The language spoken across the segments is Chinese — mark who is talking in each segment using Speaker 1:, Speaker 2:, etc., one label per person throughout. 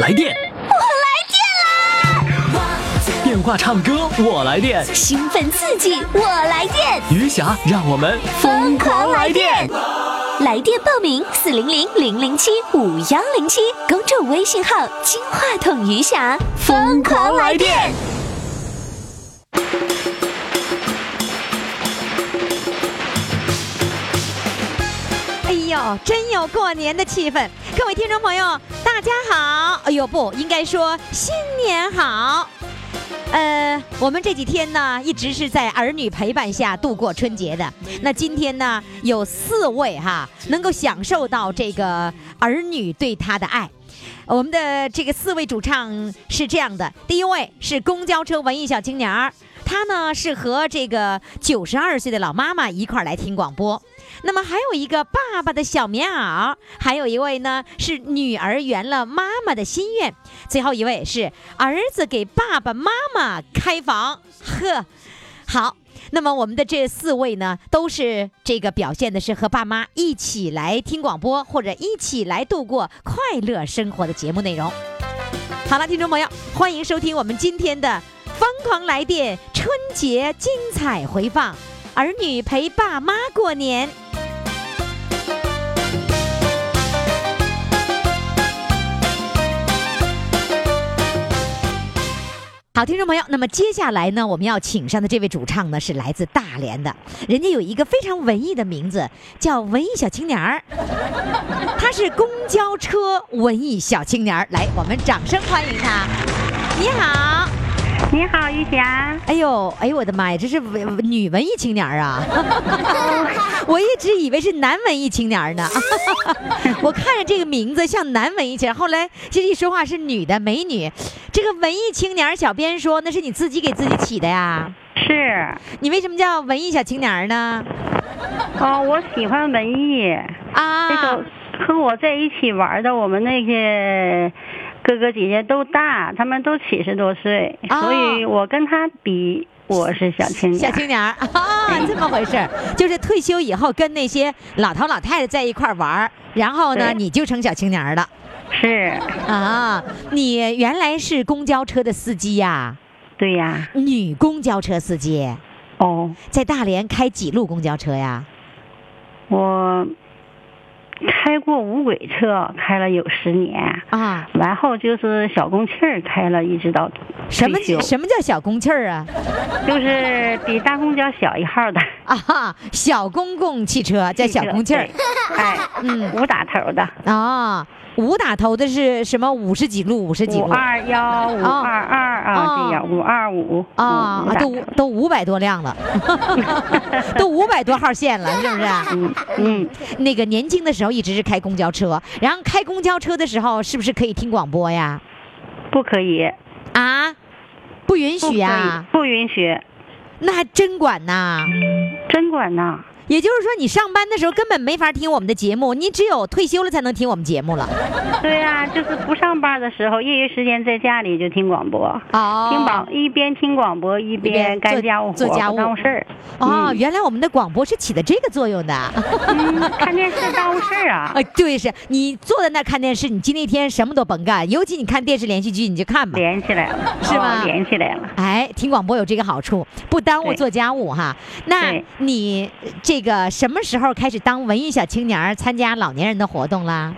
Speaker 1: 来电，
Speaker 2: 我来电啦！
Speaker 1: 电话唱歌我来电，
Speaker 2: 兴奋刺激我来电，
Speaker 1: 余霞让我们疯狂来电！
Speaker 2: 来电报名：四零零零零七五幺零七，公众微信号“金话筒余霞”，疯狂来电！
Speaker 3: 哎呦，真有过年的气氛！各位听众朋友，大家好。哎呦，不应该说新年好。呃，我们这几天呢，一直是在儿女陪伴下度过春节的。那今天呢，有四位哈，能够享受到这个儿女对他的爱。我们的这个四位主唱是这样的：第一位是公交车文艺小青年儿，他呢是和这个九十二岁的老妈妈一块儿来听广播。那么还有一个爸爸的小棉袄，还有一位呢是女儿圆了妈妈的心愿，最后一位是儿子给爸爸妈妈开房。呵，好。那么我们的这四位呢，都是这个表现的是和爸妈一起来听广播，或者一起来度过快乐生活的节目内容。好了，听众朋友，欢迎收听我们今天的《疯狂来电》春节精彩回放，儿女陪爸妈过年。好，听众朋友，那么接下来呢，我们要请上的这位主唱呢，是来自大连的，人家有一个非常文艺的名字，叫文艺小青年儿，他是公交车文艺小青年儿，来，我们掌声欢迎他。你好，
Speaker 4: 你好，玉霞。
Speaker 3: 哎呦，哎呦，我的妈呀，这是文女文艺青年儿啊！ 我一直以为是男文艺青年儿呢， 我看着这个名字像男文艺青年儿，后来其实一说话是女的美女。这个文艺青年儿，小编说那是你自己给自己起的呀？
Speaker 4: 是，
Speaker 3: 你为什么叫文艺小青年儿呢？
Speaker 4: 哦，我喜欢文艺，
Speaker 3: 啊，
Speaker 4: 这个和我在一起玩的，我们那些哥哥姐姐都大，他们都七十多岁，
Speaker 3: 哦
Speaker 4: 所以我跟他比，我是小青
Speaker 3: 小
Speaker 4: 年。
Speaker 3: 青年儿 啊，这么回事儿，就是退休以后跟那些老头老太太在一块儿玩儿，然后呢
Speaker 4: 对
Speaker 3: 你就成小青年儿了
Speaker 4: 是，
Speaker 3: 啊。你原来是公交车的司机呀、
Speaker 4: 对呀。
Speaker 3: 女公交车司机，
Speaker 4: 哦，
Speaker 3: 在大连开几路公交车呀？
Speaker 4: 我开过无轨车，开了有十年，
Speaker 3: 啊，
Speaker 4: 然后就是小公汽儿开了，一直到
Speaker 3: 什么
Speaker 4: 退休
Speaker 3: 什么叫小公汽儿啊？
Speaker 4: 就是比大公交小一号的。
Speaker 3: 啊哈，小公共汽车叫小公汽儿
Speaker 4: 对，哎，
Speaker 3: 嗯
Speaker 4: 五打头的，
Speaker 3: 啊。五打头的是什么？五十几路，五十几
Speaker 4: 五
Speaker 3: 路
Speaker 4: 二幺、五二二
Speaker 3: 哦
Speaker 4: 啊，这样五二五
Speaker 3: 啊，啊都
Speaker 4: 五
Speaker 3: 五都五百多辆 了，都五百多号线了，是不是？
Speaker 4: 嗯嗯，
Speaker 3: 那个年轻的时候一直是开公交车，然后开公交车的时候是不是可以听广播呀？
Speaker 4: 不可以，
Speaker 3: 啊，不允
Speaker 4: 不可
Speaker 3: 许啊
Speaker 4: 以
Speaker 3: 呀，，
Speaker 4: 不允许，
Speaker 3: 那还真管呐。
Speaker 4: 真管呐！
Speaker 3: 也就是说，你上班的时候根本没法听我们的节目，你只有退休了才能听我们节目了。
Speaker 4: 对呀、就是不上班的时候，业余时间在家里就听广播，
Speaker 3: 哦，
Speaker 4: 听广一边听广播一
Speaker 3: 边
Speaker 4: 边
Speaker 3: 做
Speaker 4: 干家务
Speaker 3: 做
Speaker 4: 活
Speaker 3: 家务
Speaker 4: 耽误事儿。
Speaker 3: 哦，
Speaker 4: 嗯
Speaker 3: 原来我们的广播是起的这个作用的。
Speaker 4: 嗯，看电视耽误事儿 啊
Speaker 3: 啊，。对，是你坐在那儿看电视，你今天一天什么都甭干，尤其你看电视连续剧，你就看吧。
Speaker 4: 连起来了，
Speaker 3: 是吧
Speaker 4: 哦连起来了。
Speaker 3: 哎，听广播有这个好处，不耽误
Speaker 4: 对
Speaker 3: 做家务哈。那
Speaker 4: 对
Speaker 3: 你这个什么时候开始当文艺小青年儿，参加老年人的活动啦？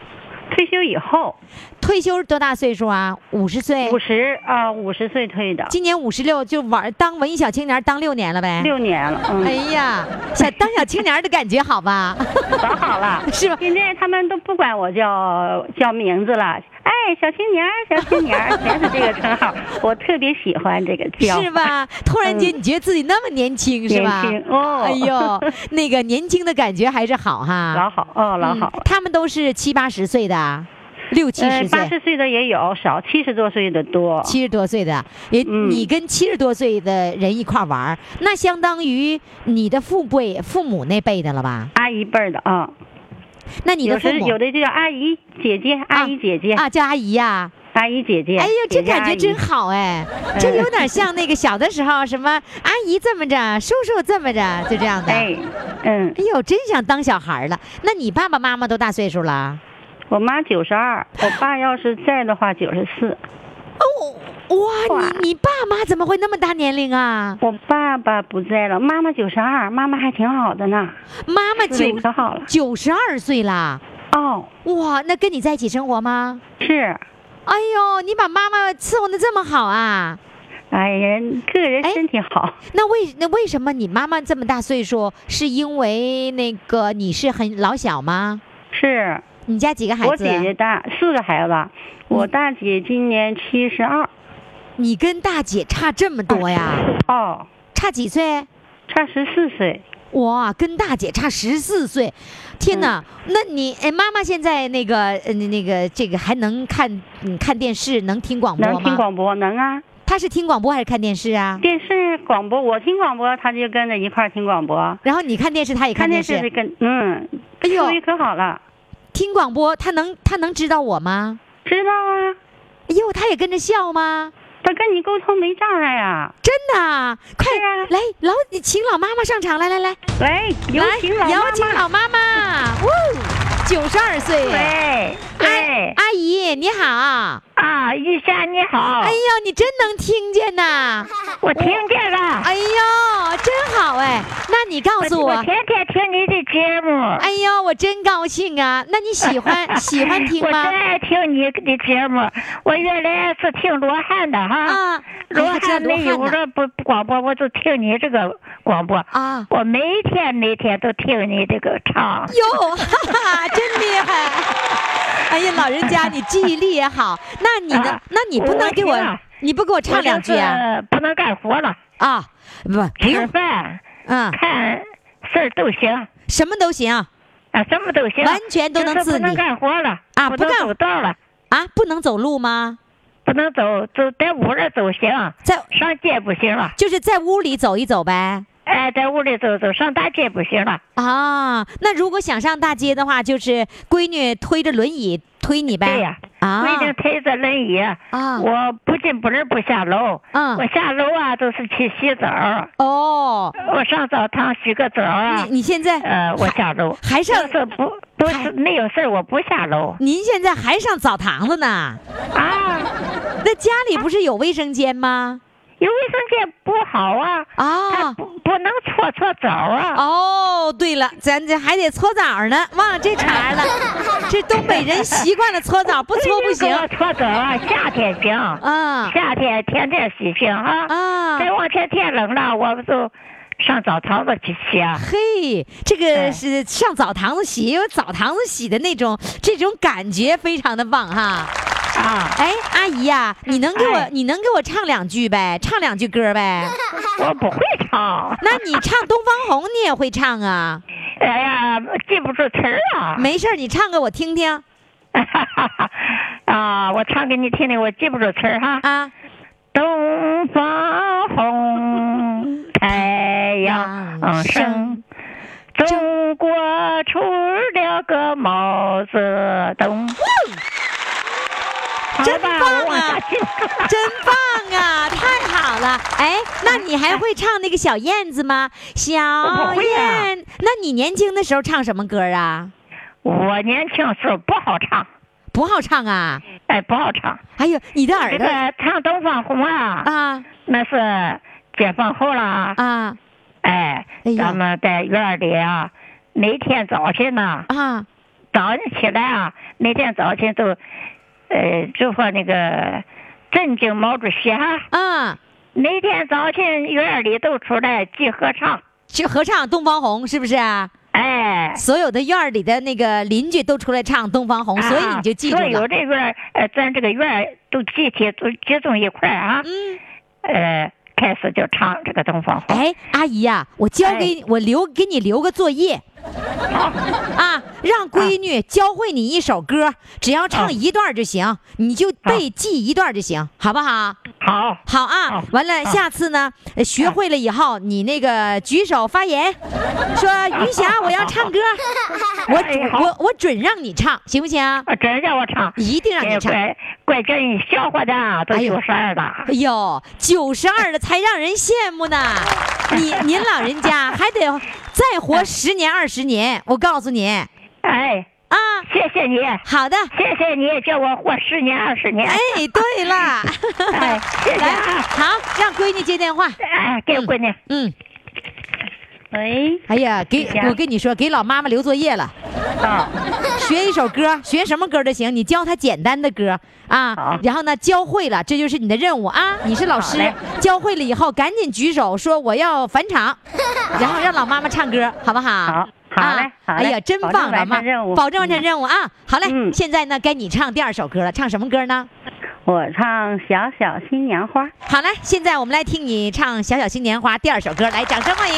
Speaker 4: 退休以后，
Speaker 3: 退休是多大岁数啊？五十岁
Speaker 4: 五，十啊，五十岁退的，
Speaker 3: 今年五十六，就玩当文艺小青年儿当六年了呗。
Speaker 4: 六年了，
Speaker 3: 哎
Speaker 4: 嗯，
Speaker 3: 呀，小当小青年儿的感觉好吧？
Speaker 4: 可好了。
Speaker 3: 是吧？
Speaker 4: 现在他们都不管我叫叫名字了，哎，小青年儿，小青年儿，全是这个称 号，我特别喜欢这 个叫，
Speaker 3: 是？吧？突然间你觉得自己那么年轻，是
Speaker 4: 嗯年
Speaker 3: 吧？
Speaker 4: 轻哦，
Speaker 3: 哎 呦，那个年轻的感觉还是好哈。
Speaker 4: 老好哦，老好
Speaker 3: 嗯
Speaker 4: 了。
Speaker 3: 他们都是七八十岁的啊，六七
Speaker 4: 呃
Speaker 3: 十，
Speaker 4: 八
Speaker 3: 岁。
Speaker 4: 十岁的也有，少七十多岁的多。
Speaker 3: 七十多岁的，也、
Speaker 4: 嗯
Speaker 3: 你跟七十多岁的人一块儿玩儿，那相当于你的父辈、父母那辈的了吧？
Speaker 4: 阿姨辈儿的啊，
Speaker 3: 那你
Speaker 4: 有
Speaker 3: 的父
Speaker 4: 时
Speaker 3: 母
Speaker 4: 有的就叫阿姨姐姐，阿姨姐姐，
Speaker 3: 啊，叫阿姨呀、
Speaker 4: 阿姨姐姐。
Speaker 3: 哎呦，这
Speaker 4: 姐姐
Speaker 3: 感觉真
Speaker 4: 阿姨
Speaker 3: 好哎，这有点像那个小的时候，什么阿姨这么着，叔叔这么着，就这样的。哎
Speaker 4: 哎，嗯，
Speaker 3: 呦，真想当小孩儿了。那你爸爸妈妈都大岁数了？
Speaker 5: 我妈九十 二，我爸要是在的话九十四。
Speaker 3: 哇，
Speaker 5: 哇
Speaker 3: 你你爸妈怎么会那么大年龄啊？
Speaker 5: 我爸爸不在了，妈妈九十二，妈妈还挺好的呢，
Speaker 3: 妈妈
Speaker 5: 思维
Speaker 3: 九
Speaker 5: 可好了。
Speaker 3: 九十二岁啦，
Speaker 5: 哦，
Speaker 3: 哇，那跟你在一起生活吗？
Speaker 5: 是，
Speaker 3: 哎呦，你把妈妈伺候的这么好啊？
Speaker 5: 哎呀，个人
Speaker 3: 哎
Speaker 5: 身体好。
Speaker 3: 那为那为什么你妈妈这么大岁数？是因为那个你是很老小吗？
Speaker 5: 是
Speaker 3: 你家几个孩
Speaker 5: 我
Speaker 3: 子？啊嗯
Speaker 5: 姐姐大，四个孩子，我大姐今年七十二。
Speaker 3: 你跟大姐差这么多呀？
Speaker 5: 哦，
Speaker 3: 差几岁？
Speaker 5: 差十四岁。
Speaker 3: 哇，跟大姐差十四岁，天哪！那你哎，妈妈现在那个呃那个这个还能看嗯看电视，能听广播
Speaker 5: 能听
Speaker 3: 吗？
Speaker 5: 广播？能啊，
Speaker 3: 她是听广播还是看电视啊？
Speaker 5: 电视广播，我听广播，他就跟着一块儿听广播。
Speaker 3: 然后你看电视，她也
Speaker 5: 看
Speaker 3: 看
Speaker 5: 电
Speaker 3: 电
Speaker 5: 视
Speaker 3: 视
Speaker 5: 是。跟嗯，
Speaker 3: 哎呦
Speaker 5: 思，维可好了，
Speaker 3: 听广播，她能她能知道我吗？
Speaker 5: 知道啊，
Speaker 3: 哎呦，她也跟着笑吗？
Speaker 5: 他跟你沟通没障碍啊。
Speaker 3: 真的啊，快
Speaker 5: 是啊
Speaker 3: 来老，你请老妈妈上场，来来哎来，
Speaker 5: 来，有
Speaker 3: 来
Speaker 5: 请老
Speaker 3: 有
Speaker 5: 妈
Speaker 3: 请
Speaker 5: 妈。
Speaker 3: 老妈妈，九十二岁，
Speaker 4: 喂，
Speaker 3: 哎，
Speaker 4: 哎
Speaker 3: 阿姨你好，
Speaker 4: 啊，玉山你好，
Speaker 3: 哎呦，你真能听见呐，
Speaker 4: 我听见了，
Speaker 3: 哎呦，真好哎，那你告诉
Speaker 4: 我
Speaker 3: 我，
Speaker 4: 天天听你的节目，
Speaker 3: 哎呦，我真高兴啊，那你喜 欢喜欢听
Speaker 4: 我真
Speaker 3: 吗？
Speaker 4: 爱听你的节目，我原来是听罗汉的哈，
Speaker 3: 啊，
Speaker 4: 罗
Speaker 3: 还知
Speaker 4: 汉
Speaker 3: 道
Speaker 4: 没有
Speaker 3: 罗汉呢
Speaker 4: 了不不广播，我就听你这个广播，
Speaker 3: 啊，
Speaker 4: 我每天每天都听你这个唱，
Speaker 3: 哟，哈哈，真厉 害。哎呀，老人家，你记忆力也好。那你呢
Speaker 4: 啊？
Speaker 3: 那你不能给我
Speaker 4: 我啊行了，
Speaker 3: 你不给我唱两句啊？
Speaker 4: 我就是不能干活了，
Speaker 3: 啊，不，不
Speaker 4: 吃
Speaker 3: 用，
Speaker 4: 饭
Speaker 3: 嗯，
Speaker 4: 看事儿都行。
Speaker 3: 什么都行啊，
Speaker 4: 啊，什么都行，
Speaker 3: 完全都能
Speaker 4: 就是
Speaker 3: 自
Speaker 4: 不能
Speaker 3: 理
Speaker 4: 干活了
Speaker 3: 啊
Speaker 4: 不
Speaker 3: 不
Speaker 4: 能
Speaker 3: 干啊
Speaker 4: 走道了，
Speaker 3: 不能走路吗？
Speaker 4: 不能走，走在屋里走行，
Speaker 3: 在
Speaker 4: 上街不行了。
Speaker 3: 就是在屋里走一走呗。
Speaker 4: 哎，在屋里走走，上大街不行了。
Speaker 3: 啊，那如果想上大街的话，就是闺女推着轮椅推你呗。
Speaker 4: 对呀、
Speaker 3: 啊
Speaker 4: 我已经推着轮椅，
Speaker 3: 啊
Speaker 4: 我不进不门不下楼。
Speaker 3: 嗯
Speaker 4: 我下楼啊都是去洗澡，
Speaker 3: 哦，
Speaker 4: 我上澡堂洗个澡啊。
Speaker 3: 你你现在
Speaker 4: 呃，我下楼。
Speaker 3: 还上
Speaker 4: 要是不不
Speaker 3: 还
Speaker 4: 是没有事儿我不下楼
Speaker 3: 您现在还上澡堂子呢？
Speaker 4: 啊。
Speaker 3: 那家里不是有卫生间吗？
Speaker 4: 有卫生间不好啊，它
Speaker 3: 啊。
Speaker 4: 不不能搓搓澡啊。
Speaker 3: 哦，对了，咱这还得搓澡呢，忘这茬了。这东北人习惯了搓澡，不搓 不行。
Speaker 4: 搓澡啊，夏天行，
Speaker 3: 啊
Speaker 4: 夏天天天洗行啊。
Speaker 3: 啊！
Speaker 4: 再往前天冷了，我们就上澡堂子去洗啊。
Speaker 3: 嘿，这个
Speaker 4: 哎
Speaker 3: 是上澡堂子洗，因为澡堂子洗的那种这种感觉非常的棒哈。
Speaker 4: 啊，
Speaker 3: 哎，阿姨呀、你能给我、
Speaker 4: 哎
Speaker 3: 你能给我唱两句呗，唱两句歌 呗？
Speaker 4: 我不会唱，
Speaker 3: 那你唱《东方红》你也会唱啊？
Speaker 4: 哎呀，记不住词儿啊。
Speaker 3: 没事儿，你唱个我听听
Speaker 4: 啊，我唱给你听听，我记不住词儿哈。
Speaker 3: 啊。
Speaker 4: 东方红，太阳升。中国出了个毛泽东，好
Speaker 3: 真
Speaker 4: 吧
Speaker 3: 棒
Speaker 4: 我往
Speaker 3: 啊
Speaker 4: 下去
Speaker 3: 真棒啊，太好了！哎，那你还会唱那个小燕子吗？小
Speaker 4: 我会啊
Speaker 3: 燕，那你年轻的时候唱什么歌啊？
Speaker 4: 我年轻时候不好唱，
Speaker 3: 不好唱啊！
Speaker 4: 哎，不好唱。
Speaker 3: 哎呦，你的耳
Speaker 4: 这
Speaker 3: 朵
Speaker 4: 个唱《东方红》啊，
Speaker 3: 啊
Speaker 4: 那是解放后了啊，
Speaker 3: 啊
Speaker 4: 哎
Speaker 3: 哎，呀
Speaker 4: 咱们在院里啊，每天早晨呢，
Speaker 3: 啊！
Speaker 4: 早上起来啊，每天早晨都，呃，就说那个震惊毛主席哈、
Speaker 3: 啊，
Speaker 4: 每天早晨院里都出来集合唱，
Speaker 3: 去合唱《东方红》是不是啊？
Speaker 4: 哎。
Speaker 3: 所有的院儿里的那个邻居都出来唱《东方红》，所以你就记住
Speaker 4: 啊所有
Speaker 3: 了。
Speaker 4: 这院儿，呃，咱这个院儿都集体都集中一块儿啊，
Speaker 3: 嗯，
Speaker 4: 呃，开始就唱这个《东方红》。
Speaker 3: 哎，阿姨呀、我
Speaker 4: 哎
Speaker 3: 交给你，我留给你留个作业。啊，让闺女教会你一首歌，只要唱
Speaker 4: 啊
Speaker 3: 一段儿就行，你就背记一段儿就行，好不好？
Speaker 4: 好，哎
Speaker 3: 好啊
Speaker 4: 好，
Speaker 3: 完了，
Speaker 4: 好
Speaker 3: 下次呢，呃学会了以后，你那个举手发言， 说于霞，我要唱歌，我
Speaker 4: 哎好
Speaker 3: 我我准让你唱，行不行啊？
Speaker 4: 啊，真让我唱，
Speaker 3: 一定让你
Speaker 4: 哎
Speaker 3: 唱。
Speaker 4: 怪怪叫你笑话的啊，都
Speaker 3: 哎呦
Speaker 4: 九十二了
Speaker 6: 啊
Speaker 3: 哎。呦，九十二了才让人羡慕呢！你您老人家还得再活十年二十年，我告诉你啊，
Speaker 4: 哎，谢
Speaker 6: 谢谢你，
Speaker 3: 好的，
Speaker 6: 谢谢你叫我活十年二十年。
Speaker 3: 哎，对了，
Speaker 6: 哎，谢谢
Speaker 3: 来，
Speaker 6: 啊！
Speaker 3: 好，让闺女接电话。
Speaker 6: 哎，给我闺女，
Speaker 3: 嗯，
Speaker 4: 喂，
Speaker 3: 哎呀，给
Speaker 6: 谢谢啊
Speaker 3: 我跟你说，给老妈妈留作业了，
Speaker 6: 啊，
Speaker 3: 学一首歌，学什么歌都行，你教她简单的歌啊
Speaker 6: 好，
Speaker 3: 然后呢，教会了，这就是你的任务啊。你是老
Speaker 6: 好
Speaker 3: 师
Speaker 6: 嘞，
Speaker 3: 教会了以后赶紧举手说我要返 场，然后让老妈妈唱歌，好不好？
Speaker 6: 好
Speaker 3: 啊
Speaker 6: 好嘞好嘞
Speaker 3: 哎呀，真
Speaker 6: 保证
Speaker 3: 棒，
Speaker 6: 完
Speaker 3: 老妈
Speaker 6: 成任，务
Speaker 3: 保证完成任务啊。好嘞，
Speaker 6: 嗯
Speaker 3: 现在呢，该你唱第二首歌了，唱什么歌呢？
Speaker 4: 我唱《小小新娘花》。
Speaker 3: 好嘞，现在我们来听你唱《小小新年花》第二首歌，来，掌声欢迎。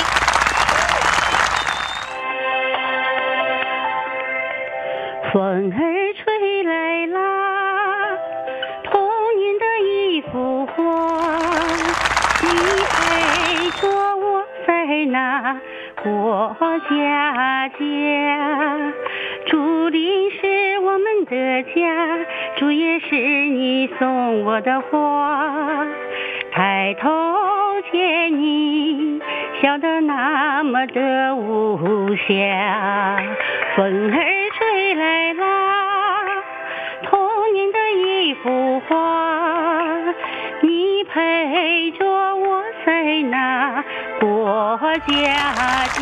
Speaker 4: 风儿吹来啦，童年的一幅画，你陪着我在那过家家。竹林是我们的家，竹叶是你送我的花。抬头见你，笑得那么的无暇。风儿吹来啦，童年的一幅画，你陪着我在那过家家。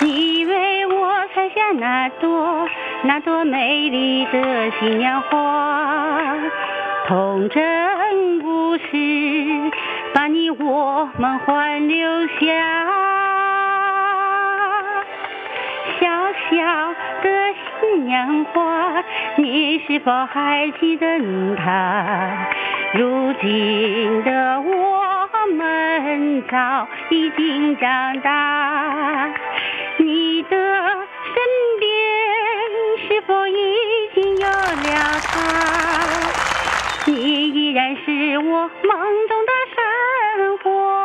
Speaker 4: 你为我采下那朵那朵美丽的新娘花，童真故事把你我们环留下。小小的新娘花，你是否还记得它？如今的我们早已经长大，你的身边是否已经有了她？你依然是我梦中的神话。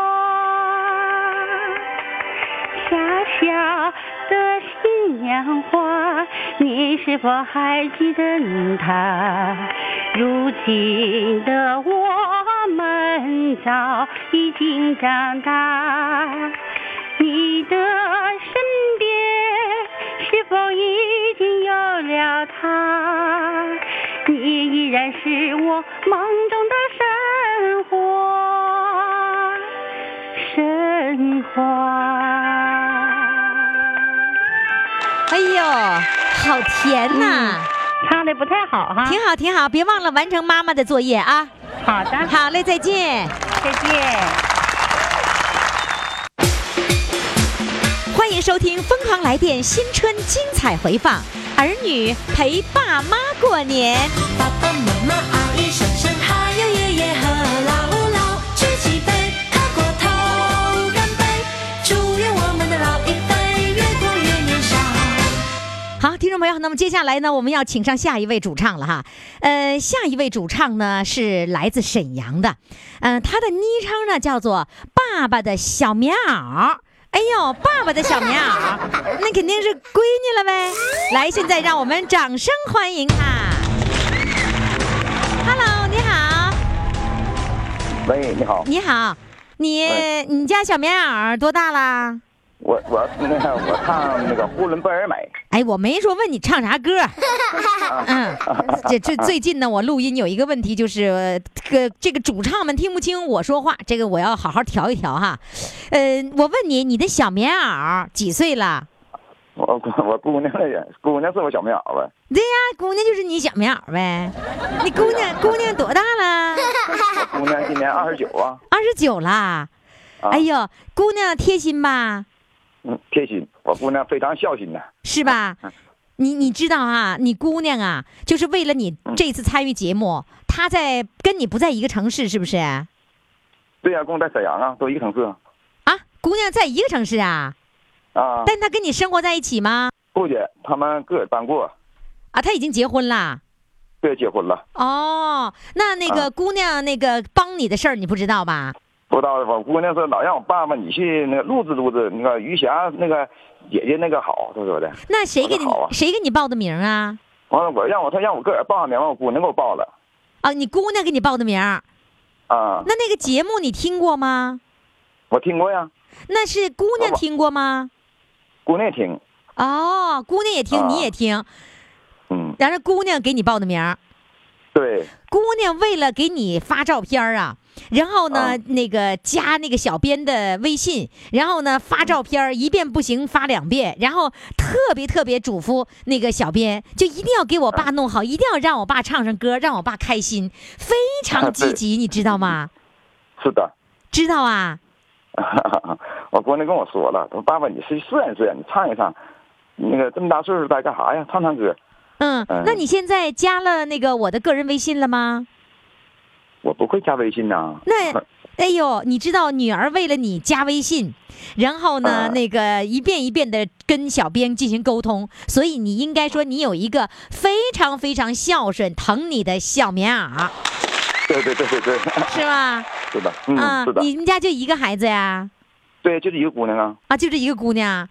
Speaker 4: 小小的新娘花，你是否还记得它？如今的我们早已经长大，你的身边是否已经有了她？你依然是我梦中的神话，神话。
Speaker 3: 哎呦，好甜呐、
Speaker 4: 唱嗯的不太好哈，
Speaker 3: 挺好挺好，别忘了完成妈妈的作业啊！
Speaker 4: 好的，
Speaker 3: 好嘞，再见。
Speaker 4: 再见。
Speaker 3: 欢迎收听《疯狂来电》新春精彩回放，《儿女陪爸妈过年》。哎
Speaker 7: 爸爸妈妈、阿姨、婶婶，还有爷爷和姥姥，举起杯，喝过头，干杯！祝愿我们的老一辈越过越年少。
Speaker 3: 好，听众朋友，那么接下来呢，我们要请上下一位主唱了哈。呃，下一位主唱呢是来自沈阳的，嗯、他的昵称呢叫做“爸爸的小棉袄”。哎呦，爸爸的小棉袄，那肯定是闺女了呗。来，现在让我们掌声欢迎啊！Hello，你好，
Speaker 8: 喂，你好，
Speaker 3: 你好，你
Speaker 8: 喂
Speaker 3: 你家小棉袄多大啦？
Speaker 8: 我我 那个我唱那个呼伦贝尔美，
Speaker 3: 哎，我没说问你唱啥歌。嗯，这这最近呢，我录音有一个问题，就是呃这个这个主唱们听不清我说话，这个我要好好调一调哈。呃，我问你，你的小棉袄几岁了？
Speaker 8: 我我我姑娘的人，姑娘是我小棉袄吧？
Speaker 3: 对呀、姑娘就是你小棉袄呗。你姑娘姑娘多大了？
Speaker 8: 我姑娘今年二十九啊，
Speaker 3: 二十九啦。
Speaker 8: 啊
Speaker 3: 哎呦，姑娘贴心吧？
Speaker 8: 嗯，贴心，我姑娘非常孝心的，
Speaker 3: 是吧？你你知道啊，你姑娘啊，就是为了你这次参与节目，她在跟你不在一个城市，是不是？啊，
Speaker 8: 对呀、跟我在沈阳啊，都一个城市啊
Speaker 3: 姑娘在一个城市啊，
Speaker 8: 啊。
Speaker 3: 但她跟你生活在一起吗？
Speaker 8: 不姐他们个人单过，
Speaker 3: 啊，她已经结婚啦。
Speaker 8: 对，结婚了，
Speaker 3: 哦，那那
Speaker 8: 啊
Speaker 3: 个姑娘那个帮你的事儿你不知道吧？
Speaker 8: 不知道我姑娘说老让我爸爸你去那个录制录制那个余霞那个姐姐那个好，她说的。
Speaker 3: 那谁给你、
Speaker 8: 好啊
Speaker 3: 谁给你报的名儿啊？
Speaker 8: 完了我让我她让我个人报名，完我姑娘给我报了
Speaker 3: 啊，你姑娘给你报的名儿。
Speaker 8: 啊，
Speaker 3: 那那个节目你听过吗？
Speaker 8: 我听过呀，
Speaker 3: 那是姑娘
Speaker 8: 我
Speaker 3: 听过吗？
Speaker 8: 姑娘也听，
Speaker 3: 哦，姑娘也听，
Speaker 8: 啊
Speaker 3: 你也听，
Speaker 8: 嗯，
Speaker 3: 然后姑娘给你报的名儿。
Speaker 8: 对，
Speaker 3: 姑娘为了给你发照片儿啊，然后呢，
Speaker 8: 啊
Speaker 3: 那个加那个小编的微信，然后呢发照片儿一遍不行发两遍，然后特别特别嘱咐那个小编，就一定要给我爸弄
Speaker 8: 啊
Speaker 3: 好，一定要让我爸唱唱歌，让我爸开心，非
Speaker 8: 啊
Speaker 3: 常积极，你知道吗？
Speaker 8: 是的。
Speaker 3: 知道啊，
Speaker 8: 我姑娘跟我说了，她说爸爸你是试验试验，啊你唱一唱，那个这么大岁数在干啥呀？唱唱歌。
Speaker 3: 嗯，
Speaker 8: 嗯
Speaker 3: 那你现在加了那个我的个人微信了吗？
Speaker 8: 我不会加微信呐、
Speaker 3: 那，哎呦，你知道女儿为了你加微信，然后呢，
Speaker 8: 啊
Speaker 3: 那个一遍一遍的跟小编进行沟通，所以你应该说你有一个非常非常孝顺、疼你的小棉袄，
Speaker 8: 对对对对对，
Speaker 3: 是吧？
Speaker 8: 是的，嗯，
Speaker 3: 啊
Speaker 8: 是，的，
Speaker 3: 你们家就一个孩子呀？
Speaker 8: 对，就这一个姑娘啊。
Speaker 3: 啊，就这一个姑娘。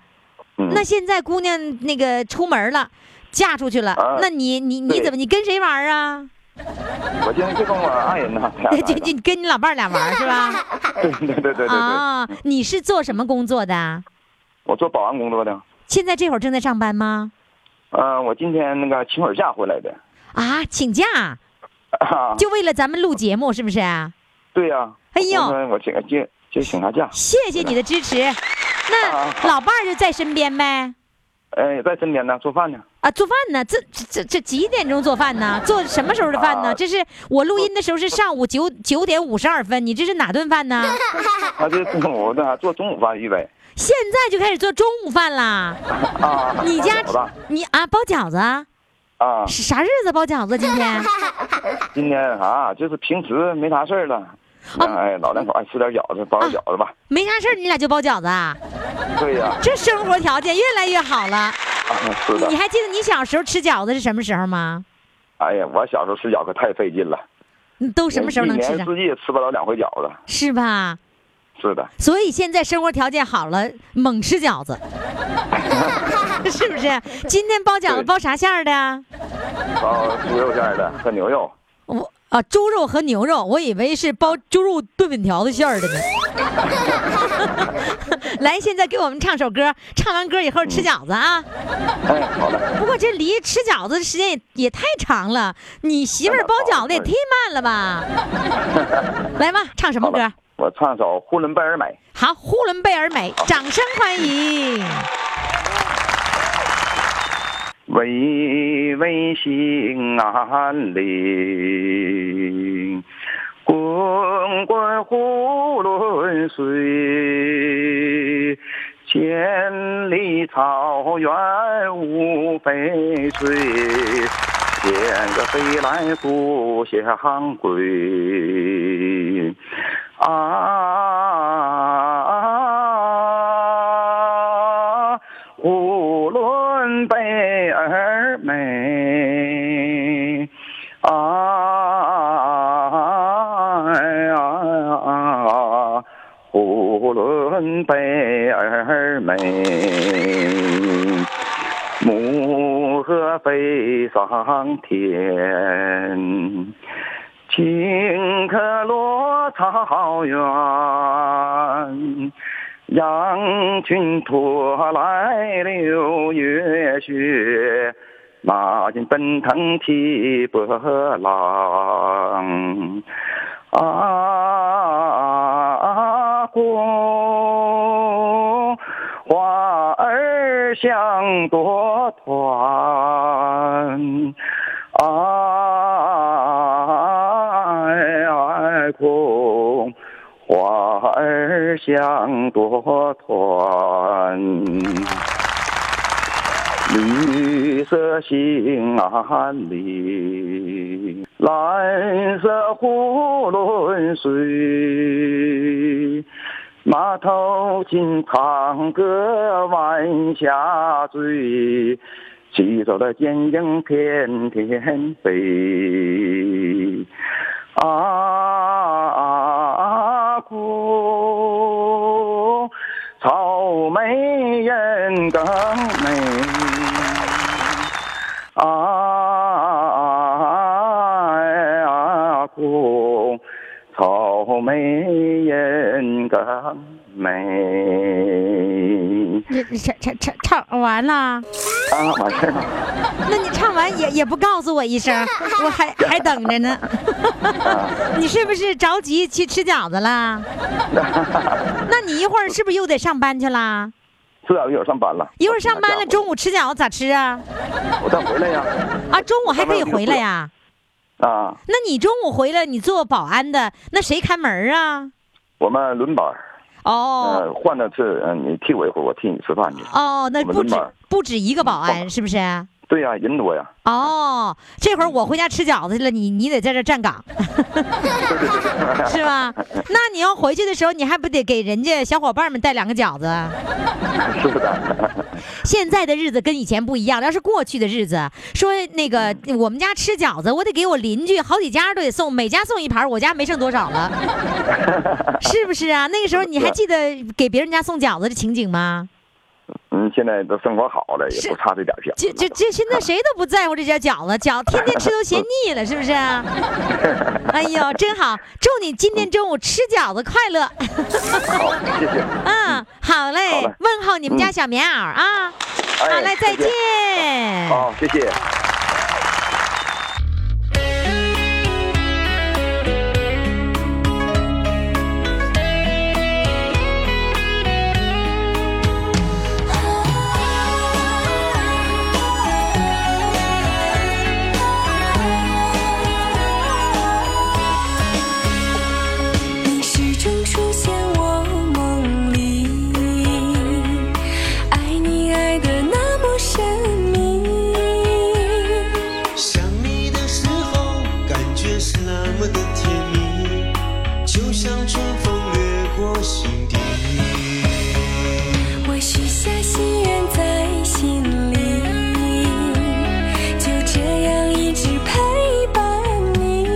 Speaker 8: 嗯，
Speaker 3: 那现在姑娘那个出门了，嫁出去了，
Speaker 8: 啊
Speaker 3: 那你你你
Speaker 8: 对
Speaker 3: 怎么你跟谁玩啊？
Speaker 8: 我现在就跟我爱人 呢，俩
Speaker 3: 就
Speaker 8: 人
Speaker 3: 就跟你老伴儿俩玩是吧？
Speaker 8: 对对 对对对嗯对，
Speaker 3: 啊，你是做什么工作的？啊
Speaker 8: 我做保安工作的。
Speaker 3: 现在这会儿正在上班吗？
Speaker 8: 嗯，我今天那个请会儿假回来的。
Speaker 3: 啊，请假
Speaker 8: 啊，
Speaker 3: 就为了咱们录节目，是不是啊？
Speaker 8: 对呀、
Speaker 3: 哎呦
Speaker 8: 我说我请个今今请个假，
Speaker 3: 谢谢你的支持。那
Speaker 8: 啊
Speaker 3: 老伴儿就在身边呗？
Speaker 8: 哎，在身边呢，做饭呢。
Speaker 3: 啊，做饭呢？这这这这几点钟做饭呢？做什么时候的饭呢？
Speaker 8: 啊
Speaker 3: 这是我录音的时候是上午九九点五十二分，你这是哪顿饭呢？
Speaker 8: 他这中午那做中午饭预 备。
Speaker 3: 现在就开始做中午 饭啦？
Speaker 8: 啊，
Speaker 3: 你家
Speaker 8: 好吧？
Speaker 3: 你啊包饺子啊？
Speaker 8: 啊，
Speaker 3: 是啥日子包饺子？今 天
Speaker 8: 今天啊，就是平时没啥事儿了。
Speaker 3: 哦
Speaker 8: 哎，老两口爱吃点饺子，包点
Speaker 3: 啊
Speaker 8: 饺子吧。
Speaker 3: 没啥事儿，你俩就包饺子啊？
Speaker 8: 对呀、
Speaker 3: 这生活条件越来越好了。
Speaker 8: 啊，是的
Speaker 3: 你。还记得你小时候吃饺子是什么时候吗？
Speaker 8: 哎呀，我小时候吃饺子太费劲了，
Speaker 3: 你都什么时候能
Speaker 8: 一
Speaker 3: 吃
Speaker 8: 年
Speaker 3: 上？
Speaker 8: 四季吃不了两回饺子。
Speaker 3: 是吧？
Speaker 8: 是的，
Speaker 3: 所以现在生活条件好了，猛吃 饺子，是不是？今天包饺子
Speaker 8: 对
Speaker 3: 包啥馅儿的呀？
Speaker 8: 包猪肉馅儿的和牛肉。
Speaker 3: 我啊，猪肉和牛肉，我以为是 包猪肉炖粉条子馅儿的呢。来，现在给我们唱首歌，唱完歌以后吃饺子啊。
Speaker 8: 哎，好嘞。
Speaker 3: 不过这离吃饺子的时间也也太长了，你媳妇儿包饺
Speaker 8: 哎
Speaker 3: 子也忒慢了吧？来吧，唱什么
Speaker 8: 好
Speaker 3: 歌
Speaker 8: 了？， 我唱首《呼伦贝尔美》。
Speaker 3: 好，呼伦贝尔美，掌声欢迎。
Speaker 8: 巍巍兴安岭，滚滚呼伦水，千里草原无悲催。雁歌飞来故乡归，啊。呼伦贝尔美，啊啊！呼伦贝尔美，母鹤飞上天。青稞落草原，羊群驮来六月雪，马进奔腾起波浪。啊，国花儿香多团。爱空花儿香多团，绿色兴安岭，蓝色呼伦水。马头琴唱歌晚霞醉，骑手的剑影翩翩飞。啊，姑，草莓人更美。啊，苦草莓人更美。
Speaker 3: 你你唱唱唱唱完了，
Speaker 8: 啊，完事儿了。
Speaker 3: 那你唱完也也不告诉我一声，我还还等着呢。
Speaker 8: 啊
Speaker 3: 你是不是着急去吃饺子了？那你一会儿是不是又得上班去啦？
Speaker 8: 是啊，一会儿上班了。
Speaker 3: 一会儿上班了，中午吃饺子咋吃啊？
Speaker 8: 我再回来呀。
Speaker 3: 啊，中午还可以回来呀、
Speaker 8: 啊，
Speaker 3: 那你中午回来，你做保安的，那谁开门啊？
Speaker 8: 我们轮班儿，
Speaker 3: 哦、
Speaker 8: 呃，换的是，嗯，你替我一会儿，我替你吃饭去。
Speaker 3: 哦，那
Speaker 8: 呃我们
Speaker 3: 不
Speaker 8: 轮
Speaker 3: 止
Speaker 8: 班
Speaker 3: 不止一个保
Speaker 8: 轮
Speaker 3: 安，
Speaker 8: 班
Speaker 3: 是不是？
Speaker 8: 对呀、人多呀。 嗯
Speaker 3: 哦，这会儿我回家吃饺子去了，你你得在这站岗， 是吧？那你要回去的时候，你还不得给人家小伙伴们带两个饺子？
Speaker 8: 是的，
Speaker 3: 现在的日子跟以前不一样，要是过去的日子，说那个我们家吃饺子，我得给我邻居好几家都得送，每家送一盘，我家没剩多少 了，是不是啊？那个时候你还记得给别人家送饺子的情景吗？
Speaker 8: 嗯，现在都生活好了，也不差这点钱。
Speaker 3: 这这这现在谁都不在乎这家饺子，饺天天吃都嫌腻了，是不是啊？哎呦，真好！祝你今天中午吃饺子快乐。
Speaker 8: 好，谢谢。
Speaker 3: 嗯，好嘞，
Speaker 8: 好嘞
Speaker 3: 问候你们家
Speaker 8: 嗯
Speaker 3: 小棉袄啊。
Speaker 8: 哎
Speaker 3: 好嘞，再见。。
Speaker 8: 好，谢谢。
Speaker 7: 你始终出现我梦里，爱你爱的那么神秘。
Speaker 9: 想你的时候，感觉是那么的甜蜜，就像春风掠过心底。
Speaker 7: 我许下心愿在心里，就这样一直陪伴你。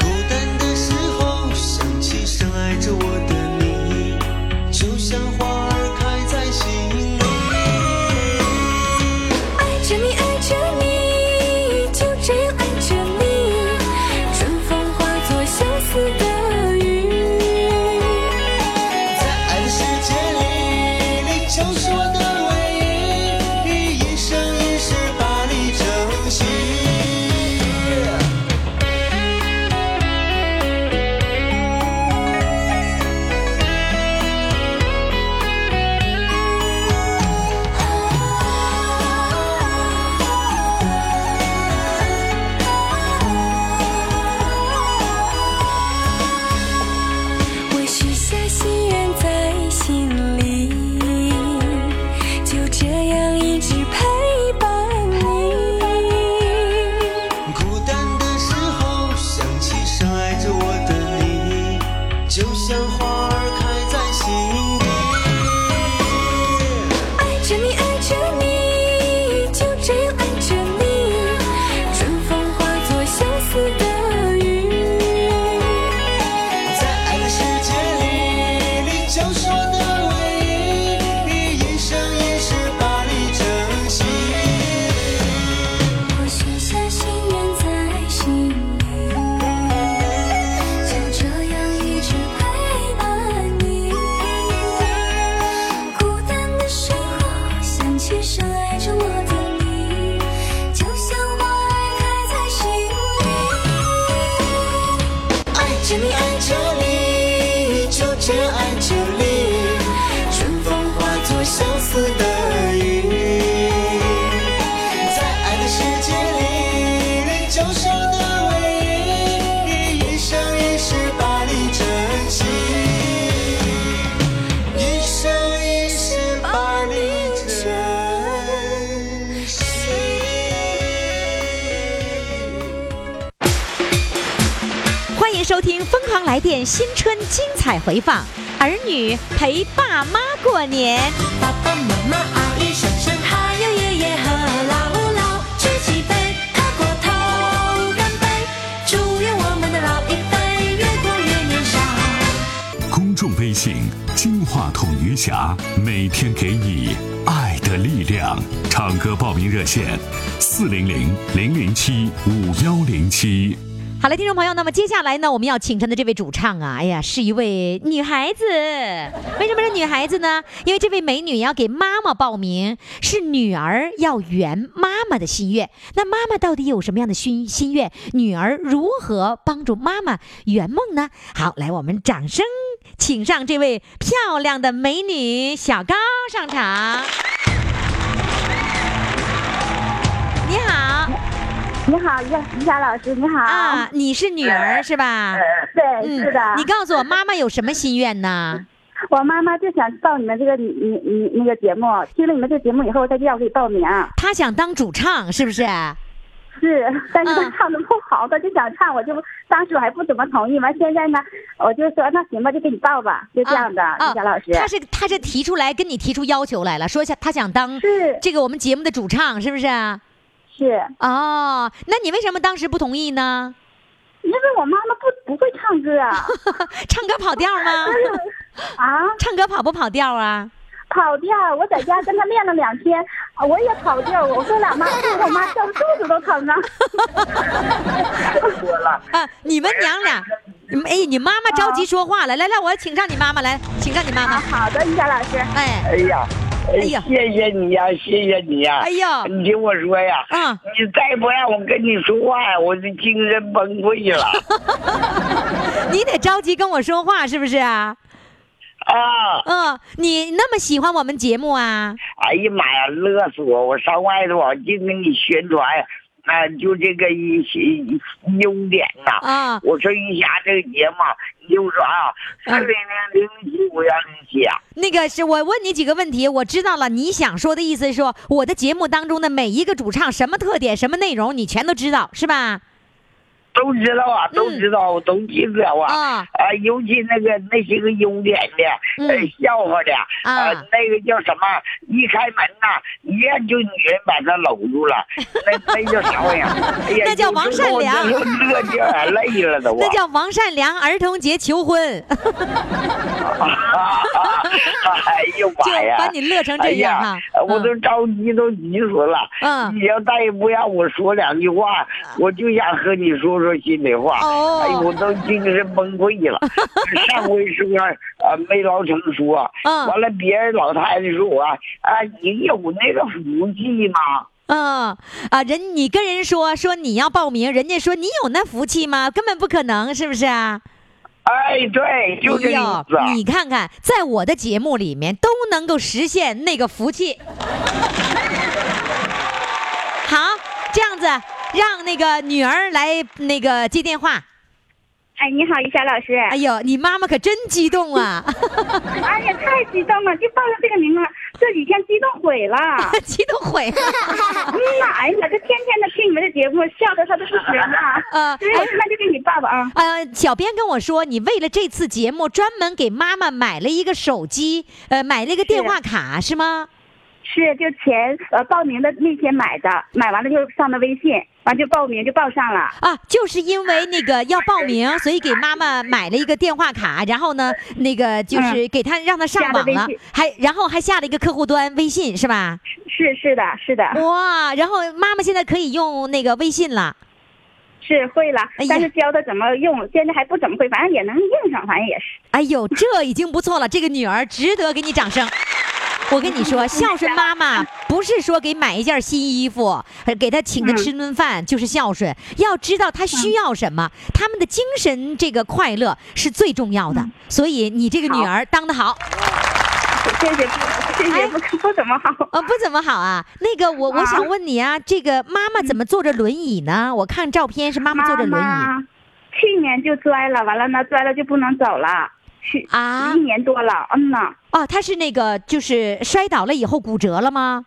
Speaker 9: 孤单的时候，想起深爱着我的你，就像花儿开在心里。
Speaker 7: 爱着你，爱着你，就这样爱着你。春风化作相思的雨，
Speaker 9: 在爱的世界里，你就是我的唯一，一生一世把你珍惜。
Speaker 7: 我许下心愿在心里，就这样一直陪伴你。
Speaker 9: 孤单的时候，想起深爱着我的你，就像花儿开在心底。
Speaker 7: 爱着你，爱着你，就这样爱着你。春风化作相思的雨，
Speaker 9: 在爱的世界里，你就是我的唯一，一生一世把你珍惜。
Speaker 7: 我许下心愿在心里，就这样一直陪伴你。孤单的时候，想起深爱着我的你，就像花儿开在心里。
Speaker 9: 爱着你，爱着你，就这样爱着你。春风化作相思的雨，在爱的世界里，你就是我的唯一，一生一世把你珍惜，一生一世把你珍惜。
Speaker 3: 欢迎收听《疯狂来电》新春精彩回放，《儿女陪爸妈过年》。
Speaker 7: 爸爸妈妈、阿姨、婶婶，还有爷爷和姥姥，举起杯，喝过头，干杯！祝愿我们的老一辈越过越年少。
Speaker 10: 公众微信“金话筒余霞”，每天给你爱的力量。唱歌报名热线：四零零零零七五幺零七。
Speaker 3: 好好了，听众朋友，那么接下来呢，我们要请上的这位主唱啊，哎呀，是一位女孩子。为什么是女孩子呢？因为这位美女要给妈妈报名，是女儿要圆妈妈的心愿。那妈妈到底有什么样的心心愿？女儿如何帮助妈妈圆梦呢？好，来，我们掌声请上这位漂亮的美女小高上场。你好
Speaker 5: 你好，于于霞老师，你好。呃
Speaker 3: 啊，你是女儿是吧？嗯
Speaker 5: 对，是的。
Speaker 3: 你告诉我，妈妈有什么心 愿呢？
Speaker 5: 我妈妈就想报你们这个你你你那个节目，听了你们这节目以后，她就要给报名。
Speaker 3: 她想当主唱，是不是？
Speaker 5: 是，但是她唱的不好，她就想唱，我就当时我还不怎么同意，完现在呢，我就说那行吧，就给你报吧，就这样的，于霞老师。
Speaker 3: 啊哦她是她是提出来跟你提出要求来了，说想她想当这个我们节目的主唱，是不是？
Speaker 5: 是。
Speaker 3: 哦，那你为什么当时不同意呢？
Speaker 5: 因为我妈妈不不会唱歌，
Speaker 3: 唱歌跑调吗？
Speaker 5: 啊，
Speaker 3: 唱歌跑不跑调啊？
Speaker 5: 跑调，我在家跟她练了两天，我也跑调，我跟我俩妈说， 我妈笑得肚子都 疼啊。
Speaker 3: 啊，你们娘俩，你们哎，你妈妈着急说话了，来来，我请上你妈妈来，请上你妈妈。
Speaker 5: 好的，于霞老师。
Speaker 3: 哎，
Speaker 11: 哎呀，哎
Speaker 3: 呀
Speaker 11: 谢谢你呀、谢谢你呀、
Speaker 3: 哎呀
Speaker 11: 你听我说呀，
Speaker 3: 嗯，
Speaker 11: 你再不让我跟你说话呀，我就精神崩 溃了
Speaker 3: 你得着急跟我说话是不是啊？
Speaker 11: 啊！
Speaker 3: 嗯，你那么喜欢我们节目啊？
Speaker 11: 哎呀妈呀，乐死我！我上外头啊，净给你宣传，啊、就这个一些优点呐、
Speaker 3: 啊嗯
Speaker 11: 我说一下这个节目，你就说啊，四零零零七五幺零七啊。
Speaker 3: 那个是我问你几个问题，我知道了。你想说的意思是说，我的节目当中的每一个主唱什么特点、什么内容，你全都知道是吧？
Speaker 11: 都知道啊，都知道，我都记得啊。
Speaker 3: 嗯啊
Speaker 11: 啊，尤其那个那些个优点的，
Speaker 3: 嗯
Speaker 11: 呃，笑话的，
Speaker 3: 啊
Speaker 11: 呃，那个叫什么？一开门呐，一按就女人把他搂 住了，那那叫啥玩意儿？哎呀，
Speaker 3: 那叫王善良
Speaker 11: 有时候我乐掉眼泪了都啊。
Speaker 3: 那叫王善良儿童节求婚，
Speaker 11: 哎呦妈呀！
Speaker 3: 就把你乐成这样哈
Speaker 11: 哎呀我都着急，都急死了。
Speaker 3: 嗯啊
Speaker 11: 你要再不让我说两句话，我就想和你说说心里话。
Speaker 3: 哦
Speaker 11: 哎呦，我都精神崩溃 了。上回说啊，没老成说，
Speaker 3: 嗯
Speaker 11: 完了别人老太太说我啊，你有那个福气吗？
Speaker 3: 嗯啊，人你跟人说说你要报名，人家说你有那福气吗？根本不可能，是不是啊？
Speaker 11: 哎，对，就这
Speaker 3: 哎
Speaker 11: 意
Speaker 3: 呦
Speaker 11: 思。
Speaker 3: 你看看，在我的节目里面都能够实现那个福气。 好，这样子让那个女儿来那个接电话。
Speaker 5: 哎，你好，于霞老师。
Speaker 3: 哎呦，你妈妈可真激动啊！
Speaker 5: 哎呀，太激动了！就报上这个名了，这几天激动毁 了。
Speaker 3: 激动毁了。
Speaker 5: 嗯呐，哎呀，这天天的听你们的节目，笑得他都不行了。
Speaker 3: 呃
Speaker 5: 所以我现在就给你报吧啊。
Speaker 3: 呃，小编跟我说，你为了这次节目专门给妈妈买了一个手机，呃，买了一个电话卡是吗？
Speaker 5: 是，就前呃报名的那天买的，买完了就上的微信，完就报名就报上了。
Speaker 3: 啊，就是因为那个要报名，所以给妈妈买了一个电话卡，然后呢，那个就是给她让她上
Speaker 5: 加
Speaker 3: 网了
Speaker 5: 嗯的微信，
Speaker 3: 还然后还下了一个客户端微信是吧？
Speaker 5: 是是的，是的，
Speaker 3: 哇，然后妈妈现在可以用那个微信了。
Speaker 5: 是会了
Speaker 3: 哎呀，
Speaker 5: 但是教他怎么用，现在还不怎么会，反正也能用上，反正也是。
Speaker 3: 哎呦，这已经不错了，这个女儿值得给你掌声。我跟 你说，孝顺妈妈不是说给买一件新衣服，呃给她请她
Speaker 5: 嗯
Speaker 3: 吃顿饭就是孝顺，要知道她需要什么，
Speaker 5: 嗯
Speaker 3: 他们的精神这个快乐是最重要的。所以你这个女儿当得好，哎
Speaker 5: 谢谢，谢谢，不不怎么好。
Speaker 3: 呃，不怎么好啊。那个我，我
Speaker 5: 啊
Speaker 3: 想问你啊，这个妈妈怎么坐着轮椅呢？我看照片是妈妈坐着轮椅
Speaker 5: 妈去年就摔了，完了呢，摔了就不能走了，去
Speaker 3: 啊
Speaker 5: 一年多了，嗯呐，
Speaker 3: 哦，她是那个就是摔倒了以后骨折了吗？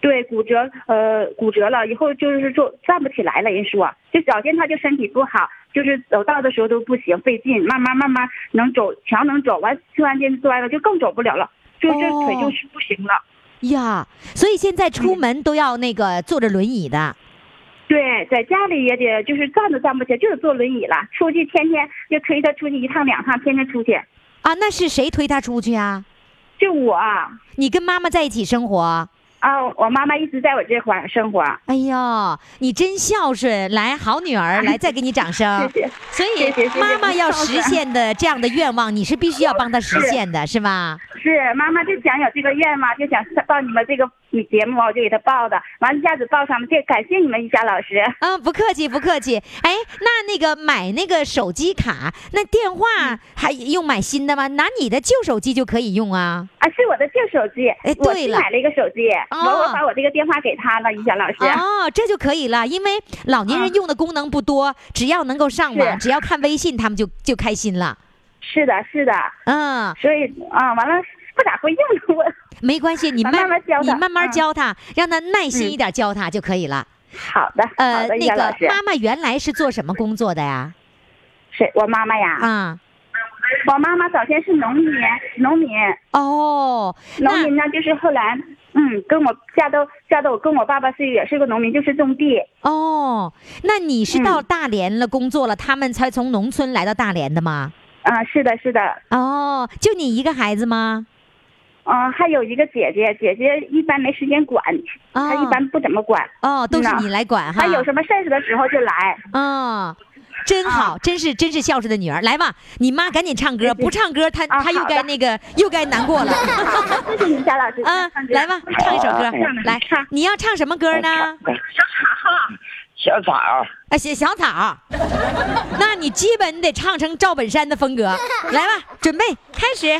Speaker 5: 对，骨折，呃，骨折了以后就是说站不起来了，人说，就早先他就身体不好，就是走道的时候都不行，费劲，慢慢慢慢能走，强能走，完突然间摔了就更走不了了，就这
Speaker 3: 哦
Speaker 5: 腿就是不嗯行了。嗯
Speaker 3: 呀，所以现在出门都要那个坐着轮椅的。
Speaker 5: 对，在家里也得就是站都站不起来，就得坐轮椅了。出去天天就推他出去一趟两趟，天天出去。
Speaker 3: 啊，那是谁推他出去啊？
Speaker 5: 就我啊，
Speaker 3: 你跟妈妈在一起生活？
Speaker 5: 啊，我妈妈一直在我这块儿生活。
Speaker 3: 哎呦，你真孝顺！来，好女儿，来，再给你掌声。
Speaker 5: 谢谢
Speaker 3: 所
Speaker 5: 谢谢谢
Speaker 3: 以
Speaker 5: 谢
Speaker 3: 妈妈要
Speaker 5: 孝
Speaker 3: 实
Speaker 5: 顺
Speaker 3: 现的这样的愿望，你是必须要帮她实
Speaker 5: 是
Speaker 3: 现的，是吧？
Speaker 5: 是妈妈就想有这个愿望，就想到你们这个节目，我就给她报的，完一下子报上了，这感谢你们一下老师。
Speaker 3: 啊，不客气，不客气。哎，那那个买那个手机卡，那电
Speaker 5: 嗯
Speaker 3: 话还用买新的吗？拿你的旧手机就可以用啊。
Speaker 5: 啊，是我的旧手机，
Speaker 3: 哎
Speaker 5: 我
Speaker 3: 对
Speaker 5: 新
Speaker 3: 了
Speaker 5: 买了一个手机，
Speaker 3: 哦
Speaker 5: 完我把我这个电话给他了，于霞老师。啊
Speaker 3: 哦，这就可以了，因为老年人用的功能不多，只要能够上网，
Speaker 5: 是
Speaker 3: 只要看微信，他们就就开心了。
Speaker 5: 是的，是的，
Speaker 3: 嗯，
Speaker 5: 所以啊、完了不咋会用我。
Speaker 3: 没关系，你慢
Speaker 5: 慢慢教
Speaker 3: 你
Speaker 5: 他
Speaker 3: 慢慢
Speaker 5: 嗯
Speaker 3: 教他，让他耐心一点教他就可以了。
Speaker 5: 好的，
Speaker 3: 呃
Speaker 5: 好，的，于
Speaker 3: 那
Speaker 5: 霞
Speaker 3: 个
Speaker 5: 老师。
Speaker 3: 妈妈原来是做什么工作的呀？
Speaker 5: 是我妈妈呀。
Speaker 3: 啊，
Speaker 5: 我妈妈早先是农民，农民。
Speaker 3: 哦，
Speaker 5: 农民呢，就是后来，嗯，跟我嫁到嫁到我跟我爸爸是也是个农民，就是种地。
Speaker 3: 哦，那你
Speaker 5: 嗯
Speaker 3: 是到大连了工作了，他们才从农村来到大连的吗？
Speaker 5: 啊、是的，是的。
Speaker 3: 哦，就你一个孩子吗？
Speaker 5: 嗯、还有一个姐姐，姐姐一般没时间管，
Speaker 3: 哦
Speaker 5: 她一般不怎么管。
Speaker 3: 哦，都
Speaker 5: 嗯
Speaker 3: 是
Speaker 5: 呐
Speaker 3: 你来管哈。
Speaker 5: 她有什么事儿的时候就来。
Speaker 3: 嗯，真
Speaker 5: 啊
Speaker 3: 好，真是真是孝顺的女儿。来吧，你妈赶紧唱歌，不唱歌她她又
Speaker 5: 啊好的
Speaker 3: 该那个又该 难过了。
Speaker 5: 谢谢你，贾老师。
Speaker 3: 啊
Speaker 5: 唱，歌
Speaker 3: 来吧，唱一首歌
Speaker 5: 好好好，
Speaker 3: 来，你要唱什么歌呢？
Speaker 11: 小草儿，
Speaker 3: 啊，写小草。那你基本你得唱成赵本山的风格。来吧，准备开始。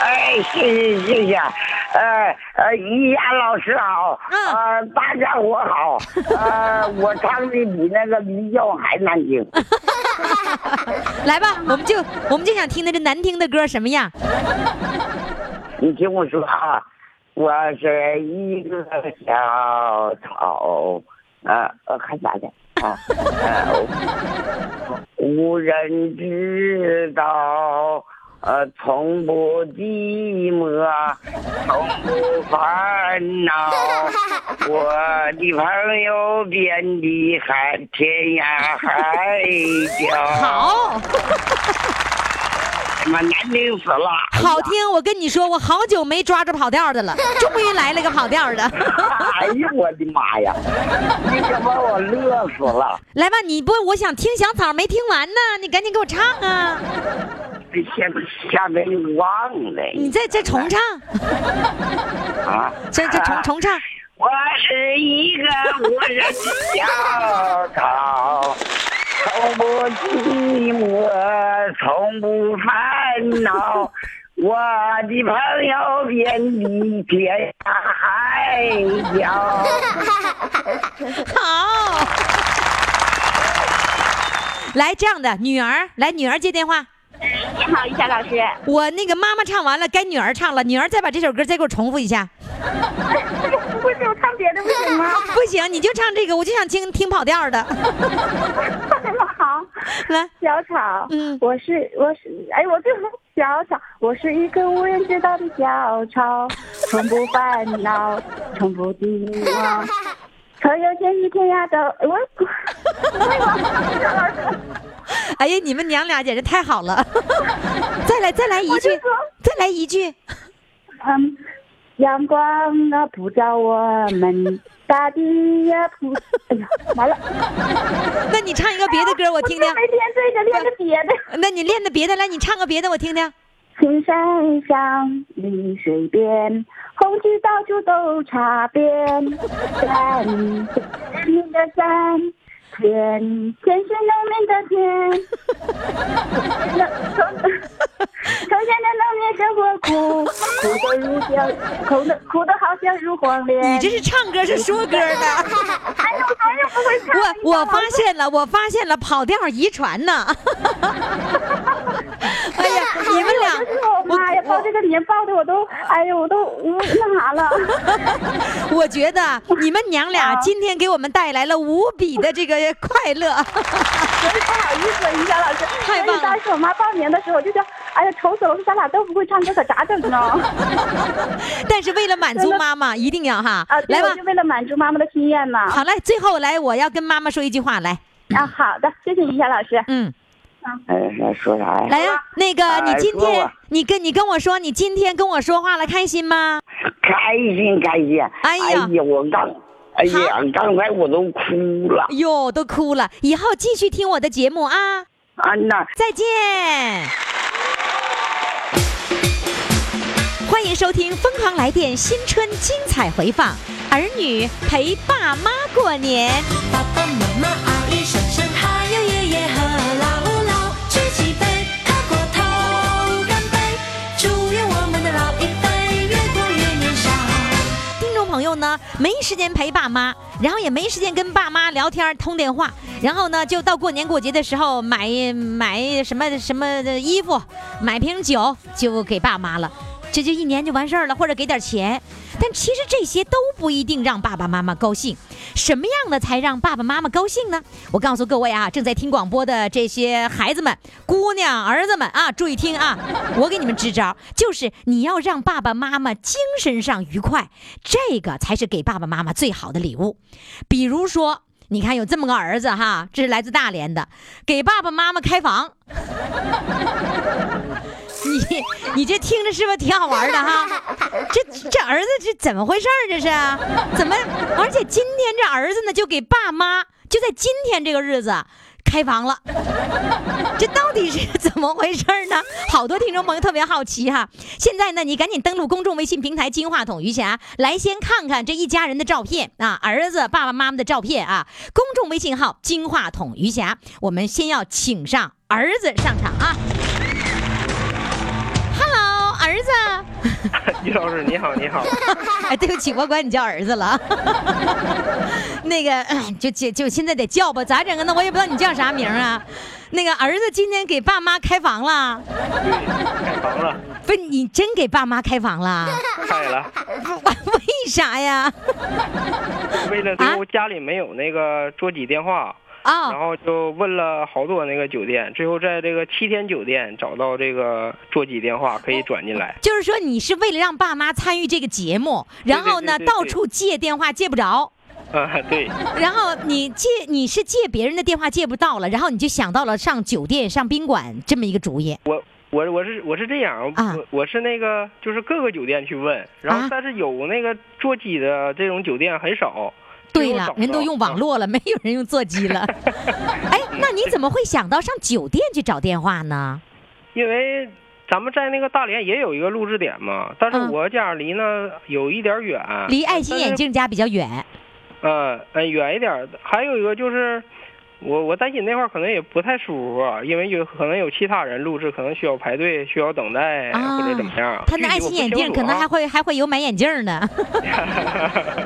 Speaker 11: 哎，谢谢谢谢，呃呃，于洋老师好，呃，大家伙好，呃，我唱的比那个驴叫还难听。
Speaker 3: 来吧，我们就我们就想听的这难听的歌什么样？
Speaker 5: 哎
Speaker 11: 你听我说啊，我是一个小草，啊，呃，还咋的啊？呃无人知道，呃，从不寂寞，从不烦恼。我的朋友遍地海，天涯 海角。
Speaker 3: 好，
Speaker 11: 妈难听死了。
Speaker 3: 好听，我跟你说，我好久没抓着跑调的了，终于来了个跑调的。
Speaker 11: 哎呀，我的妈呀！你可把我乐死了。
Speaker 3: 来吧，你不，我想听小草没听完呢，你赶紧给我唱啊！
Speaker 11: 这下下回忘了。
Speaker 3: 你再再 重唱，
Speaker 11: 啊，
Speaker 3: 这这 重重唱。
Speaker 11: 我是一个无人的小草，从不寂寞，从不烦恼。我的朋友遍地天涯海 角。
Speaker 3: 好， 来这样的女儿，来女儿接电话。
Speaker 5: 你好，于霞老师。
Speaker 3: 我那个妈妈唱完了，该女儿唱了，女儿再把这首歌再给我重复一下。
Speaker 5: 不是我唱别的不行吗？
Speaker 3: 不行，你就唱这个，我就想听听跑调的。
Speaker 5: 好，
Speaker 3: 来，
Speaker 5: 小草，嗯，我是我是，哎，我就是小草，我是一个无人知道的小草，从不烦恼，从不寂寞，曾有天一天涯的我，
Speaker 3: 哎呀，你们娘俩简直太好了！ 再来，再来一句，再来一句。
Speaker 5: 嗯，阳光啊普照我们，大地呀普， 哎呀，完了，
Speaker 3: 那你唱一个别的歌，我听听。
Speaker 5: 没练这个，练个别的。哎
Speaker 3: 那你练的别的，来，你唱个别的，我听听。
Speaker 5: 青山上，绿水边，红旗到处都插边。山，民的山，田，田是农民的田。从从前的农民生活苦，苦得如像，苦的苦的好像如黄连。
Speaker 3: 你这是唱歌是说歌呢？
Speaker 5: 哎呦，我又不会唱。
Speaker 3: 我我发现了，我发现了，跑调遗传 呢。哎呀，你们俩，
Speaker 5: 就是我妈呀，报这个年报的我都，哎呀，我都无那啥了。
Speaker 3: 我觉得啊你们娘俩
Speaker 5: 啊
Speaker 3: 今天给我们带来了无比的这个 快乐。
Speaker 5: 不好意思，于霞老师，
Speaker 3: 太棒了
Speaker 5: 所以当时我妈报名的时候，我就想，哎呀，愁死了，我说咱俩都不会唱歌，可咋整 呢？
Speaker 3: 但是为了满足妈妈，一定要哈
Speaker 5: 啊，，对
Speaker 3: 来吧
Speaker 5: 我就。为了满足妈妈的心愿呢。
Speaker 3: 好嘞，最后来，我要跟妈妈说一句话，来，
Speaker 5: 啊，好的，谢谢于霞老师。
Speaker 3: 嗯，
Speaker 11: 哎，还说啥呀？
Speaker 3: 来呀、那个你
Speaker 11: 哎
Speaker 3: 今
Speaker 11: 说
Speaker 3: 天
Speaker 11: 吧
Speaker 3: 你跟你跟我说，你今天跟我说话了，开心吗？
Speaker 11: 开心开心！
Speaker 3: 哎呀
Speaker 11: 我刚，哎呀，刚才我都哭了。
Speaker 3: 哟，都哭了，以后继续听我的节目啊。
Speaker 11: 啊，那
Speaker 3: 再见。欢迎收听《疯狂来电》新春精彩回放，儿女陪爸妈过年。
Speaker 7: 爸爸妈妈、阿姨、婶婶，还有爷爷和姥姥，举起杯，喝过头，干杯！祝愿我们的老一辈越过越年少。
Speaker 3: 听众朋友呢，没时间陪爸妈，然后也没时间跟爸妈聊天、通电话，然后呢，就到过年过节的时候买买什么什么的衣服，买瓶酒就给爸妈了，这就一年就完事儿了，或者给点钱。但其实这些都不一定让爸爸妈妈高兴。什么样的才让爸爸妈妈高兴呢？我告诉各位啊，正在听广播的这些孩子们、姑娘、儿子们啊，注意听啊！我给你们支招，就是你要让爸爸妈妈精神上愉快，这个才是给爸爸妈妈最好的礼物。比如说，你看有这么个儿子哈，这是来自大连的，给爸爸妈妈开房。 你你这听着是不是挺好玩的哈？ 这这儿子这怎么回事儿？这是啊怎么？而且今天这儿子呢，就给爸妈就在今天这个日子开房了。这到底是怎么回事儿呢？好多听众朋友特别好奇哈。现在呢，你赶紧登录公众微信平台“金话筒余霞”，来先看看这一家人的照片啊，儿子、爸爸妈妈的照片啊。公众微信号“金话筒余霞”，我们先要请上儿子上场啊。Hello，儿子。
Speaker 12: 于老师，你好，你好。
Speaker 3: 哎，对不起，我管你叫儿子了啊。 那个，哎就就就现在得叫吧，咋整啊？那我也不知道你叫啥名儿啊。那个儿子今天给爸妈开房了，
Speaker 12: 开房了，
Speaker 3: 不是你真给爸妈开房了？啊
Speaker 12: 开了，
Speaker 3: 为啥呀？
Speaker 12: 为了都家里没有那个桌机电话。
Speaker 3: 啊
Speaker 12: 然后就问了好多那个酒店，最后在这个七天酒店找到这个座机电话可以转进来。
Speaker 3: 就是说你是为了让爸妈参与这个节目，然后呢
Speaker 12: 对对对对
Speaker 3: 到处借电话借不着，
Speaker 12: 啊，对，
Speaker 3: 然后你借你是借别人的电话借不到了，然后你就想到了上酒店上宾馆这么一个主意。
Speaker 12: 我我我是我是这样，
Speaker 3: 啊
Speaker 12: 我我是那个就是各个酒店去问，然后但是有那个座机的这种酒店很少。
Speaker 3: 对了，人都用网络了，没有人用座 机了。哎，那你怎么会想到上酒店去找电话呢？
Speaker 12: 因为咱们在那个大连也有一个录制点嘛，但是我家离呢有一点远，
Speaker 3: 啊离爱心
Speaker 12: 啊但
Speaker 3: 眼
Speaker 12: 是啊
Speaker 3: 镜家比较远。
Speaker 12: 嗯嗯，远一点儿。还有一个就是，我我担心那块儿可能也不太舒服啊，因为有可能有其他人录制，可能需要排队，需要等待、
Speaker 3: 啊
Speaker 12: 或者怎么样。
Speaker 3: 他
Speaker 12: 具体
Speaker 3: 那爱
Speaker 12: 我
Speaker 3: 心
Speaker 12: 不
Speaker 3: 眼
Speaker 12: 清
Speaker 3: 镜
Speaker 12: 楚
Speaker 3: 可能
Speaker 12: 啊
Speaker 3: 还会还会有买眼镜呢。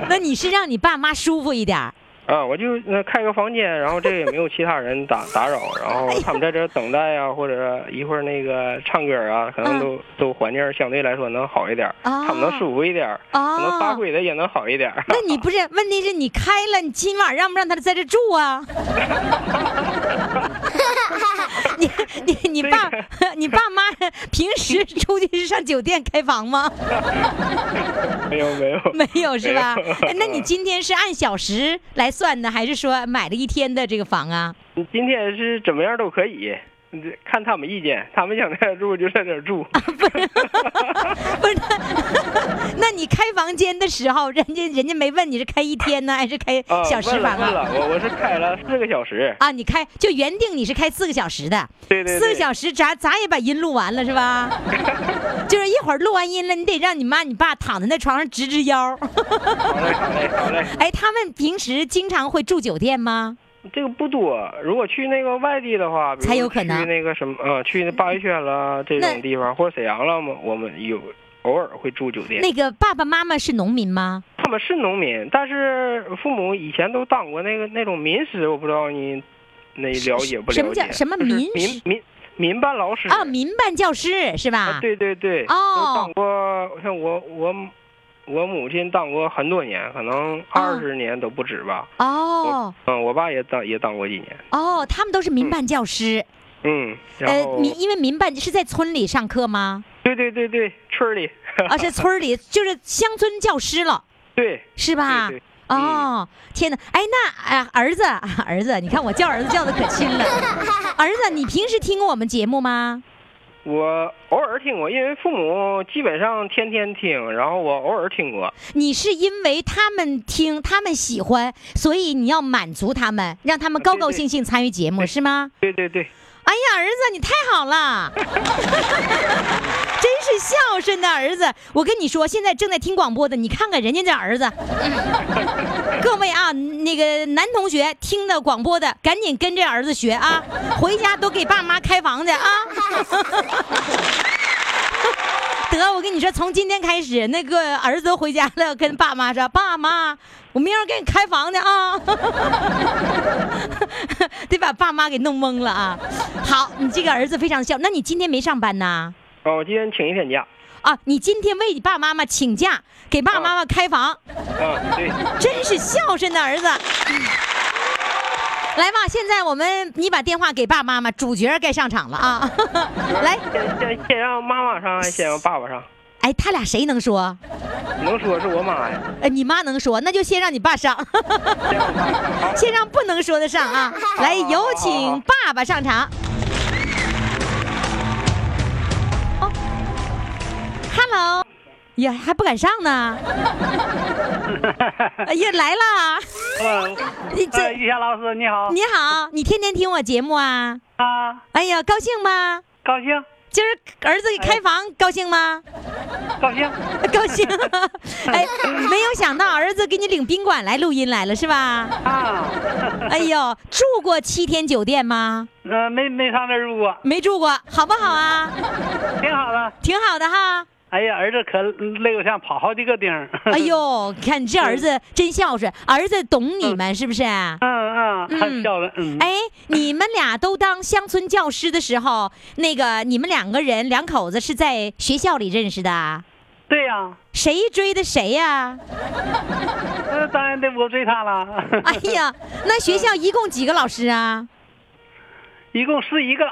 Speaker 3: 那你是让你爸妈舒服一点儿。
Speaker 12: 啊，我就那开个房间，然后这个也没有其他人打打扰，然
Speaker 3: 哎
Speaker 12: 后他们在这儿等待啊，或者一会儿那个唱歌啊，可能都、都环境相对来说能好一点儿，
Speaker 3: 嗯啊
Speaker 12: 他们能舒服一点儿，
Speaker 3: 啊
Speaker 12: 可能发挥的也能好一点儿。
Speaker 3: 那你不是问题是你开了，你今晚让不让他在这住啊？ 你你你爸你爸妈平时出去是上酒店开房吗？
Speaker 12: 没有没有
Speaker 3: 没有是吧
Speaker 12: 没有？
Speaker 3: 哎 那你今天是按小时来算呢，还是说买了一天的这个房啊？
Speaker 12: 你今天是怎么样都可以，你这看他们意见，他们想在这儿住就在这儿住。
Speaker 3: 那你开房间的时候，人家人家没问你是开一天呢，还是开
Speaker 12: 啊，
Speaker 3: 小时
Speaker 12: 问了
Speaker 3: 房
Speaker 12: 问
Speaker 3: 啊？
Speaker 12: 了，我我是开了四个小时。
Speaker 3: 啊，你开就原定你是开四个小时的，
Speaker 12: 对对对
Speaker 3: 四个小时咱咱也把音录完了是 吧？就是一会儿录完音了，你得让你妈你爸躺在那床上直直
Speaker 12: 好
Speaker 3: 腰。
Speaker 12: 嘞，好嘞，好嘞。
Speaker 3: 哎，他们平时经常会住酒店吗？
Speaker 12: 这个不多，如果去那个外地的话，比如
Speaker 3: 才有可能
Speaker 12: 去那个什么，呃，去那八月轩啦这种地方，或者沈阳了，我们我们有偶尔会住酒店。
Speaker 3: 那个爸爸妈妈是农民吗？
Speaker 12: 他们是农民，但是父母以前都当过那个那种民师，我不知道你那了解不了解？
Speaker 3: 什么叫什么
Speaker 12: 就是
Speaker 3: 民
Speaker 12: 民民民办老师
Speaker 3: 啊，民办教师是吧？
Speaker 12: 啊，对对对，
Speaker 3: 哦
Speaker 12: 都当过，像我我母我母亲当过很多年，可能二十年都不止吧。
Speaker 3: 哦
Speaker 12: 嗯，我爸也当也当过几年。
Speaker 3: 哦，他们都是民办教师。
Speaker 12: 嗯，然
Speaker 3: 呃，
Speaker 12: 后、
Speaker 3: 民因为民办是在村里上课吗？
Speaker 12: 对对对对，村儿里
Speaker 3: 啊，是村儿里，就是乡村教师了，
Speaker 12: 对
Speaker 3: 是吧？
Speaker 12: 对对嗯
Speaker 3: 哦，天哪！哎，那哎，儿子， 啊儿子，你看我叫儿子叫的可 亲了。儿子，你平时听我们节目吗？
Speaker 12: 我偶尔听过，因为父母基本上天天听，然后我偶尔听过。
Speaker 3: 你是因为他们听，他们喜欢，所以你要满足他们，让他们高高兴兴参与节目，是吗？
Speaker 12: 啊对对对，
Speaker 3: 哎呀，儿子，你太好了，真是孝顺的儿子。我跟你说，现在正在听广播的，你看看人家这儿子。各位啊，那个男同学听的广播的，赶紧跟这儿子学啊，回家都给爸妈开房去啊。 得，我跟你说，从今天开始，那个儿子都回家了，跟爸妈说，爸妈，我明儿给你开房去啊， 得把爸妈给弄懵了啊。好，你这个儿子非常孝，那你今天没上班呐？
Speaker 12: 哦，我今天请一天假。
Speaker 3: 啊，你今天为你爸妈妈请假，给爸妈妈开房，
Speaker 12: 啊，对，
Speaker 3: 真是孝顺的儿子。来吧，现在我们你把电话给爸妈妈，主角该上场了啊！来，
Speaker 12: 先先先让妈妈上，先让爸爸上。
Speaker 3: 哎，他俩谁能说？
Speaker 12: 能说是我妈呀？
Speaker 3: 呃，你妈能说，那就先让你爸上， 先让不能说的上啊！来，有请爸爸上场。Hello，呀，还不敢上 呢？哎呀，来啦！你这
Speaker 13: 呃，玉霞老师你好，
Speaker 3: 你好，你天天听我节目啊？
Speaker 13: 啊！
Speaker 3: 哎呀，高兴吗？
Speaker 13: 高兴。
Speaker 3: 今儿儿子给开房，高兴吗？
Speaker 13: 高兴，
Speaker 3: 高兴。哎，没有想到儿子给你领宾馆来录音来了是吧？
Speaker 13: 啊。
Speaker 3: 哎呦，住过七天酒店吗？
Speaker 13: 呃，没没上那儿住过，
Speaker 3: 没住过，好不好啊？
Speaker 13: 挺好的，
Speaker 3: 挺好的哈。
Speaker 13: 哎呀，儿子可累够呛，跑好几个钉儿。
Speaker 3: 哎呦，看你这儿子真孝顺，儿子懂你们是不是？嗯
Speaker 13: 嗯，很孝顺。嗯。
Speaker 3: 哎，你们俩都当乡村教师的时候，那个你们两个人两口子是在学校里认识的啊？
Speaker 13: 对呀、
Speaker 3: 谁追的谁呀、
Speaker 13: 那当然得我追啊他了。
Speaker 3: 哎 呀，那学校一共几个老师啊？
Speaker 13: 一共十一个。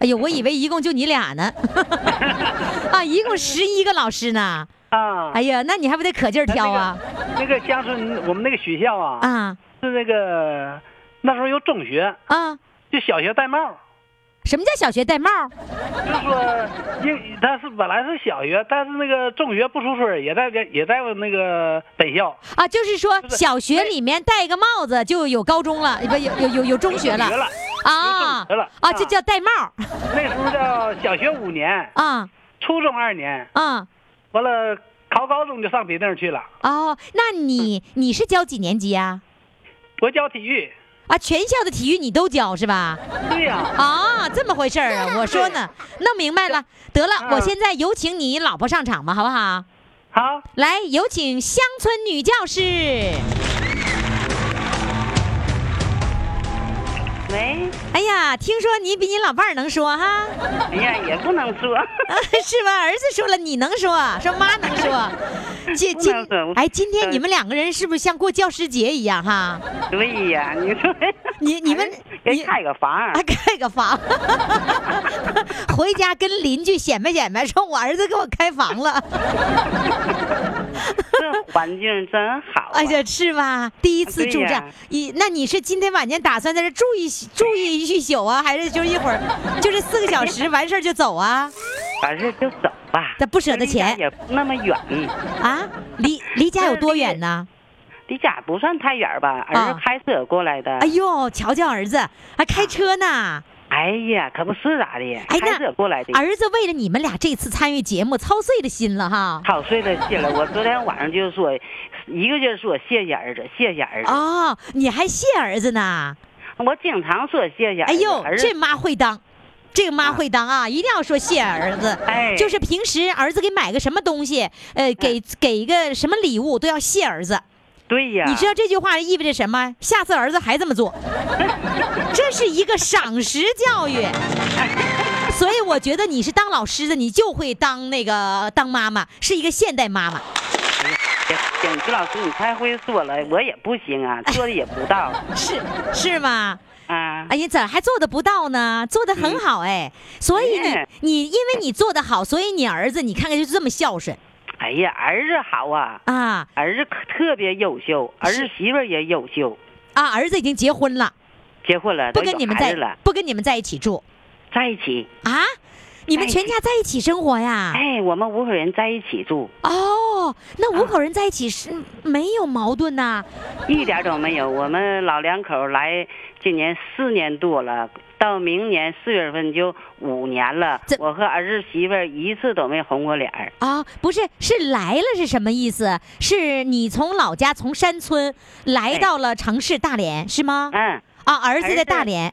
Speaker 3: 哎呦，我以为一共就你俩 呢。啊，一共十一个老师呢。
Speaker 13: 啊。
Speaker 3: 哎呀，那你还不得可劲儿挑啊？
Speaker 13: 那个乡村，我们那个学校啊，
Speaker 3: 啊，
Speaker 13: 是那个那时候有中学
Speaker 3: 啊，
Speaker 13: 就小学戴帽，
Speaker 3: 什么叫小学戴帽？
Speaker 13: 就说英他是本来是小学，但是那个中学不出村儿，也在也在那个本校。
Speaker 3: 啊，就是哎说小学里面戴个帽子就有高中了，不有有有有中学了
Speaker 13: 有中学了
Speaker 3: 啊
Speaker 13: 有中学了
Speaker 3: 啊，
Speaker 13: 啊
Speaker 3: 这叫戴帽
Speaker 13: 那时候叫小学五年，
Speaker 3: 啊
Speaker 13: 初中二年，
Speaker 3: 啊
Speaker 13: 完了考高中就上别地儿去了。
Speaker 3: 哦。那你你是教几年级呀、
Speaker 13: 嗯我教体育，
Speaker 3: 啊？全校的体育你都教是吧？
Speaker 13: 对呀、
Speaker 3: 啊，这么回事儿啊！我说呢，弄明白了。得
Speaker 13: 嗯
Speaker 3: 了，我现在有请你老婆上场吧，好不好？
Speaker 13: 好，
Speaker 3: 来，有请乡村女教师。
Speaker 14: 喂，
Speaker 3: 哎呀，听说你比你老伴儿能说哈？
Speaker 14: 哎呀，也不能 说，
Speaker 3: 啊是吧？儿子说了，你能说，说妈能 说。今今
Speaker 14: 不能说
Speaker 3: 哎，今天你们两个人是不是像过教师节一样哈？
Speaker 14: 对呀，你说
Speaker 3: 你你 们
Speaker 14: 给开个房儿，
Speaker 3: 啊，开个房， 回家跟邻居显摆显摆，说我儿子给我开房 了。
Speaker 14: 这 环境真好。
Speaker 3: 哎呀，是吧？第一次
Speaker 14: 对
Speaker 3: 住这
Speaker 14: 呀
Speaker 3: 样，一、那你是今天晚间打算在这住一 住一一宿啊，还是就一会儿，就是四个小时完事儿就走啊？
Speaker 14: 完事儿就走吧，
Speaker 3: 这不舍得钱
Speaker 14: 也不那么远
Speaker 3: 啊，离离家有多远呢？
Speaker 14: 离家不算太远吧，儿
Speaker 3: 啊
Speaker 14: 子开车过来的。
Speaker 3: 哎呦，瞧瞧儿子还开车呢！
Speaker 14: 哎呀，可不是咋的，
Speaker 3: 哎，
Speaker 14: 开车过来的
Speaker 3: 那。儿子为了你们俩这次参与节目，操碎了心了哈。
Speaker 14: 操碎了心了，我昨天晚上就说，一个劲儿说谢谢儿子，谢谢儿子。
Speaker 3: 哦，你还谢儿子呢？
Speaker 14: 我经常说谢谢儿
Speaker 3: 哎
Speaker 14: 子。
Speaker 3: 呦
Speaker 14: 儿，子
Speaker 3: 这妈会当，这个妈会当啊！一定要说谢儿子。
Speaker 14: 哎
Speaker 3: 就是平时儿子给买个什么东西，呃，给给一个什么礼物，都要谢儿子。
Speaker 14: 对呀，
Speaker 3: 你知道这句话意味着什么？下次儿子还这么 做，这是一个赏识教育。
Speaker 14: 哎
Speaker 3: 所以我觉得你是当老师的，你就会当那个当妈妈，是一个现代妈妈。
Speaker 14: 哎景菊老师，你太会说了，我也不行啊，
Speaker 3: 哎
Speaker 14: 做的也不到。
Speaker 3: 是是吗？
Speaker 14: 啊，
Speaker 3: 哎呀，咋还做的不到呢？做的很
Speaker 14: 嗯
Speaker 3: 好哎，所以你你因为你做的好，所以你儿子你看看就这么孝顺。
Speaker 14: 哎呀，儿子好啊，
Speaker 3: 啊，
Speaker 14: 儿子可特别优秀，儿子媳妇儿也优秀，
Speaker 3: 啊，儿子已经结婚了，
Speaker 14: 结婚了，
Speaker 3: 不
Speaker 14: 啊都
Speaker 3: 跟
Speaker 14: 有
Speaker 3: 你们
Speaker 14: 孩
Speaker 3: 在
Speaker 14: 子了，
Speaker 3: 不跟你们在一起住
Speaker 14: 在一起。
Speaker 3: 啊？你们全家在一起生活呀？
Speaker 14: 哎，我们五口人在一起住，
Speaker 3: 哦，那五口人在一起是嗯没有矛盾呐、
Speaker 14: 啊一点都没有。我们老两口来今年四年多了，到明年四月份就五年了。我和儿子媳妇儿一次都没红过脸儿。
Speaker 3: 啊？不是，是来了是什么意思？是你从老家从山村来到了城市大连是吗？
Speaker 14: 哎嗯。
Speaker 3: 啊，儿子
Speaker 14: 儿
Speaker 3: 在
Speaker 14: 子
Speaker 3: 大连。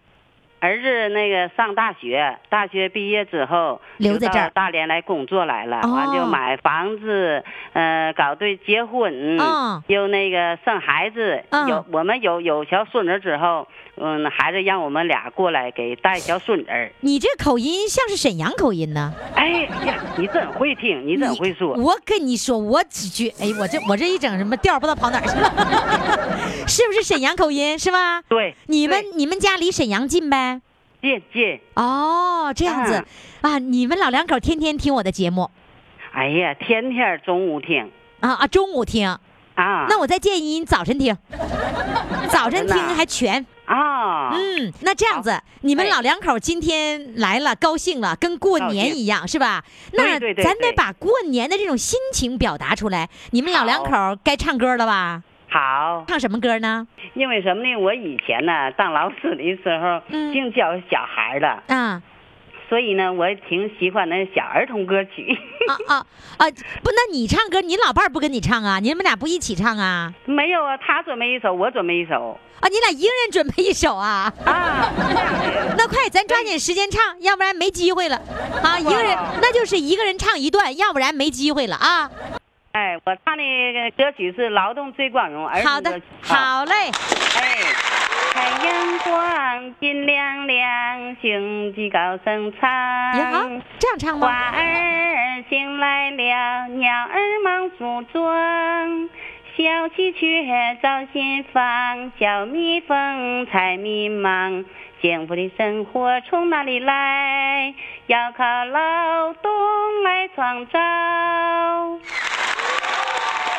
Speaker 14: 儿子那个上大学，大学毕业之后
Speaker 3: 留在
Speaker 14: 就到
Speaker 3: 这儿
Speaker 14: 大连来工作来了，
Speaker 3: 哦
Speaker 14: 完就买房子，呃，搞对结婚，
Speaker 3: 嗯
Speaker 14: 又那个生孩子，
Speaker 3: 嗯
Speaker 14: 有我们有有小孙子之后，嗯，孩子让我们俩过来给带小孙子儿。
Speaker 3: 你这口音像是沈阳口音呢。
Speaker 14: 哎呀，你真会听，你真会说。
Speaker 3: 我跟你说，我只觉，哎，我这我这一整什么调儿不知道跑哪儿去 了，是不是沈阳口音是吧？
Speaker 14: 对，
Speaker 3: 你们你们家离沈阳近呗？
Speaker 14: 近近。嗯
Speaker 3: 哦，这样子、啊，你们老两口天天听我的节目
Speaker 14: 哎呀，天天中午听
Speaker 3: 啊啊，中午听
Speaker 14: 啊。
Speaker 3: 那我再建议你早晨 听，早晨听还全。
Speaker 14: 啊，
Speaker 3: 嗯，那这样子，你们老两口今天来了，高兴了，跟过年一样，是吧？那
Speaker 14: 哎对对对
Speaker 3: 咱得
Speaker 14: 对
Speaker 3: 把过年的这种心情表达出来。你们老两口该唱歌了吧？
Speaker 14: 好。
Speaker 3: 唱什么歌呢？
Speaker 14: 因为什么呢？我以前呢当老师的时候，净教小孩儿的，
Speaker 3: 嗯啊
Speaker 14: 所以呢，我挺喜欢那小儿童歌曲。
Speaker 3: 啊啊啊！不，那你唱歌，你老伴儿不跟你唱啊？你们俩不一起唱啊？
Speaker 14: 没有啊，他准备一首，我准备一首。
Speaker 3: 啊，你俩一个人准备一首啊？
Speaker 14: 啊，
Speaker 3: 那快，咱抓紧时间唱，要不然没机会了啊！一个人，
Speaker 14: 哦
Speaker 3: 那就是一个人唱一段，要不然没机会了啊！
Speaker 14: 哎，我唱的歌曲是《劳动最光荣》儿
Speaker 3: 好
Speaker 14: 童
Speaker 3: 的
Speaker 14: 歌曲。
Speaker 3: 好嘞。
Speaker 14: 哎，太阳光金亮亮，雄鸡高声唱。
Speaker 7: 也好
Speaker 3: 这样唱
Speaker 7: 吗
Speaker 14: 花儿醒来了，鸟儿忙梳妆。小喜鹊照新房，小蜜蜂采蜜忙。幸福的生活从哪里来？要靠劳动来创造。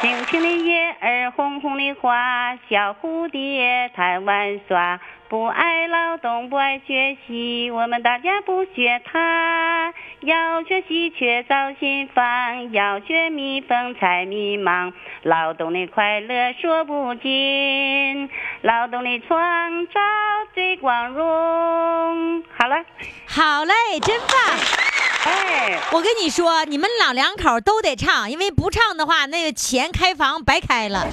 Speaker 14: 青青的叶儿，红红的花，小蝴蝶在玩耍。不爱劳动，不爱学习，我们大家不学它。要学喜鹊造新房，要学蜜蜂采蜜忙。劳动的快乐说不尽，劳动的创造最光荣。好了，
Speaker 3: 好嘞，真棒！
Speaker 14: 哎，
Speaker 3: 我跟你说，你们老两口都得唱，因为不唱的话，那个钱开房白开 了。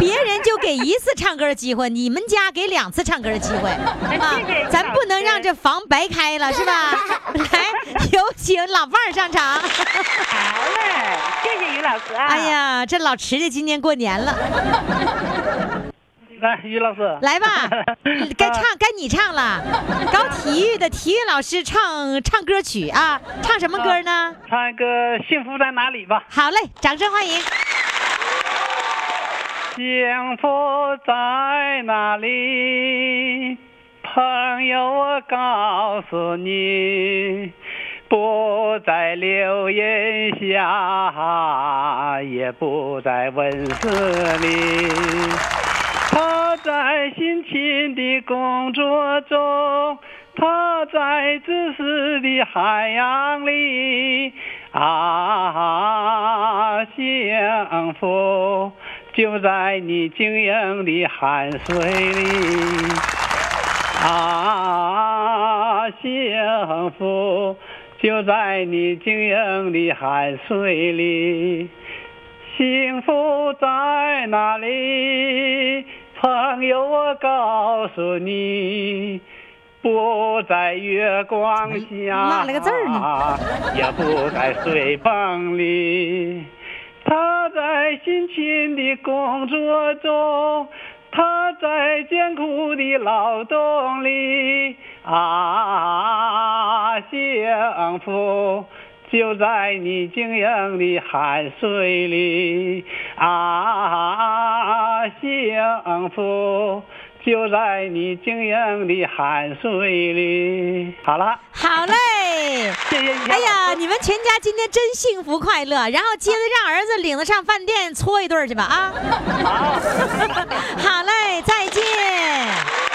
Speaker 3: 别人就给一次唱歌的机会，你们家给两次唱歌的机会
Speaker 14: 哎
Speaker 3: 啊！咱不能让这房白开了， 是吧？来，有请老伴儿上场。好
Speaker 14: 嘞，谢谢于老师啊！
Speaker 3: 哎呀，这老池家今年过年了，
Speaker 13: 来，于老师，
Speaker 3: 来 吧，该唱该你唱了。搞体育的体育老师唱唱歌曲啊，唱什么歌呢？
Speaker 13: 唱一个《幸福在哪里》吧。
Speaker 3: 好嘞，掌声欢迎。
Speaker 13: 幸福在哪里？朋友，我告诉你，不在流言下，也不在文字里，他在辛勤的工作中。他在知识的海洋里啊，幸福就在你晶莹的汗水里啊，幸福就在你晶莹的汗水里。幸福在哪里？朋友，我告诉你，不在月光下，
Speaker 7: 落嗯了个字儿呢
Speaker 13: 也不在水泵里。他在辛勤的工作中，他在艰苦的劳动里，啊，幸福就在你晶莹的汗水里，啊，幸福啊就在你晶莹的汗水里。好了。
Speaker 3: 好嘞，哎，哎呀，你们全家今天真幸福快乐。然后接着让儿子领着上饭店搓一顿去吧啊！好，好嘞，再见。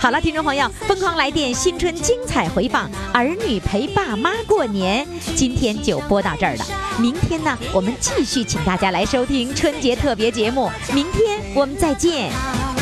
Speaker 3: 好了，听众朋友，疯狂来电新春精彩回放，儿女陪爸妈过年，今天就播到这儿了。明天呢，我们继续请大家来收听春节特别节目，明天我们再见。
Speaker 9: 啊。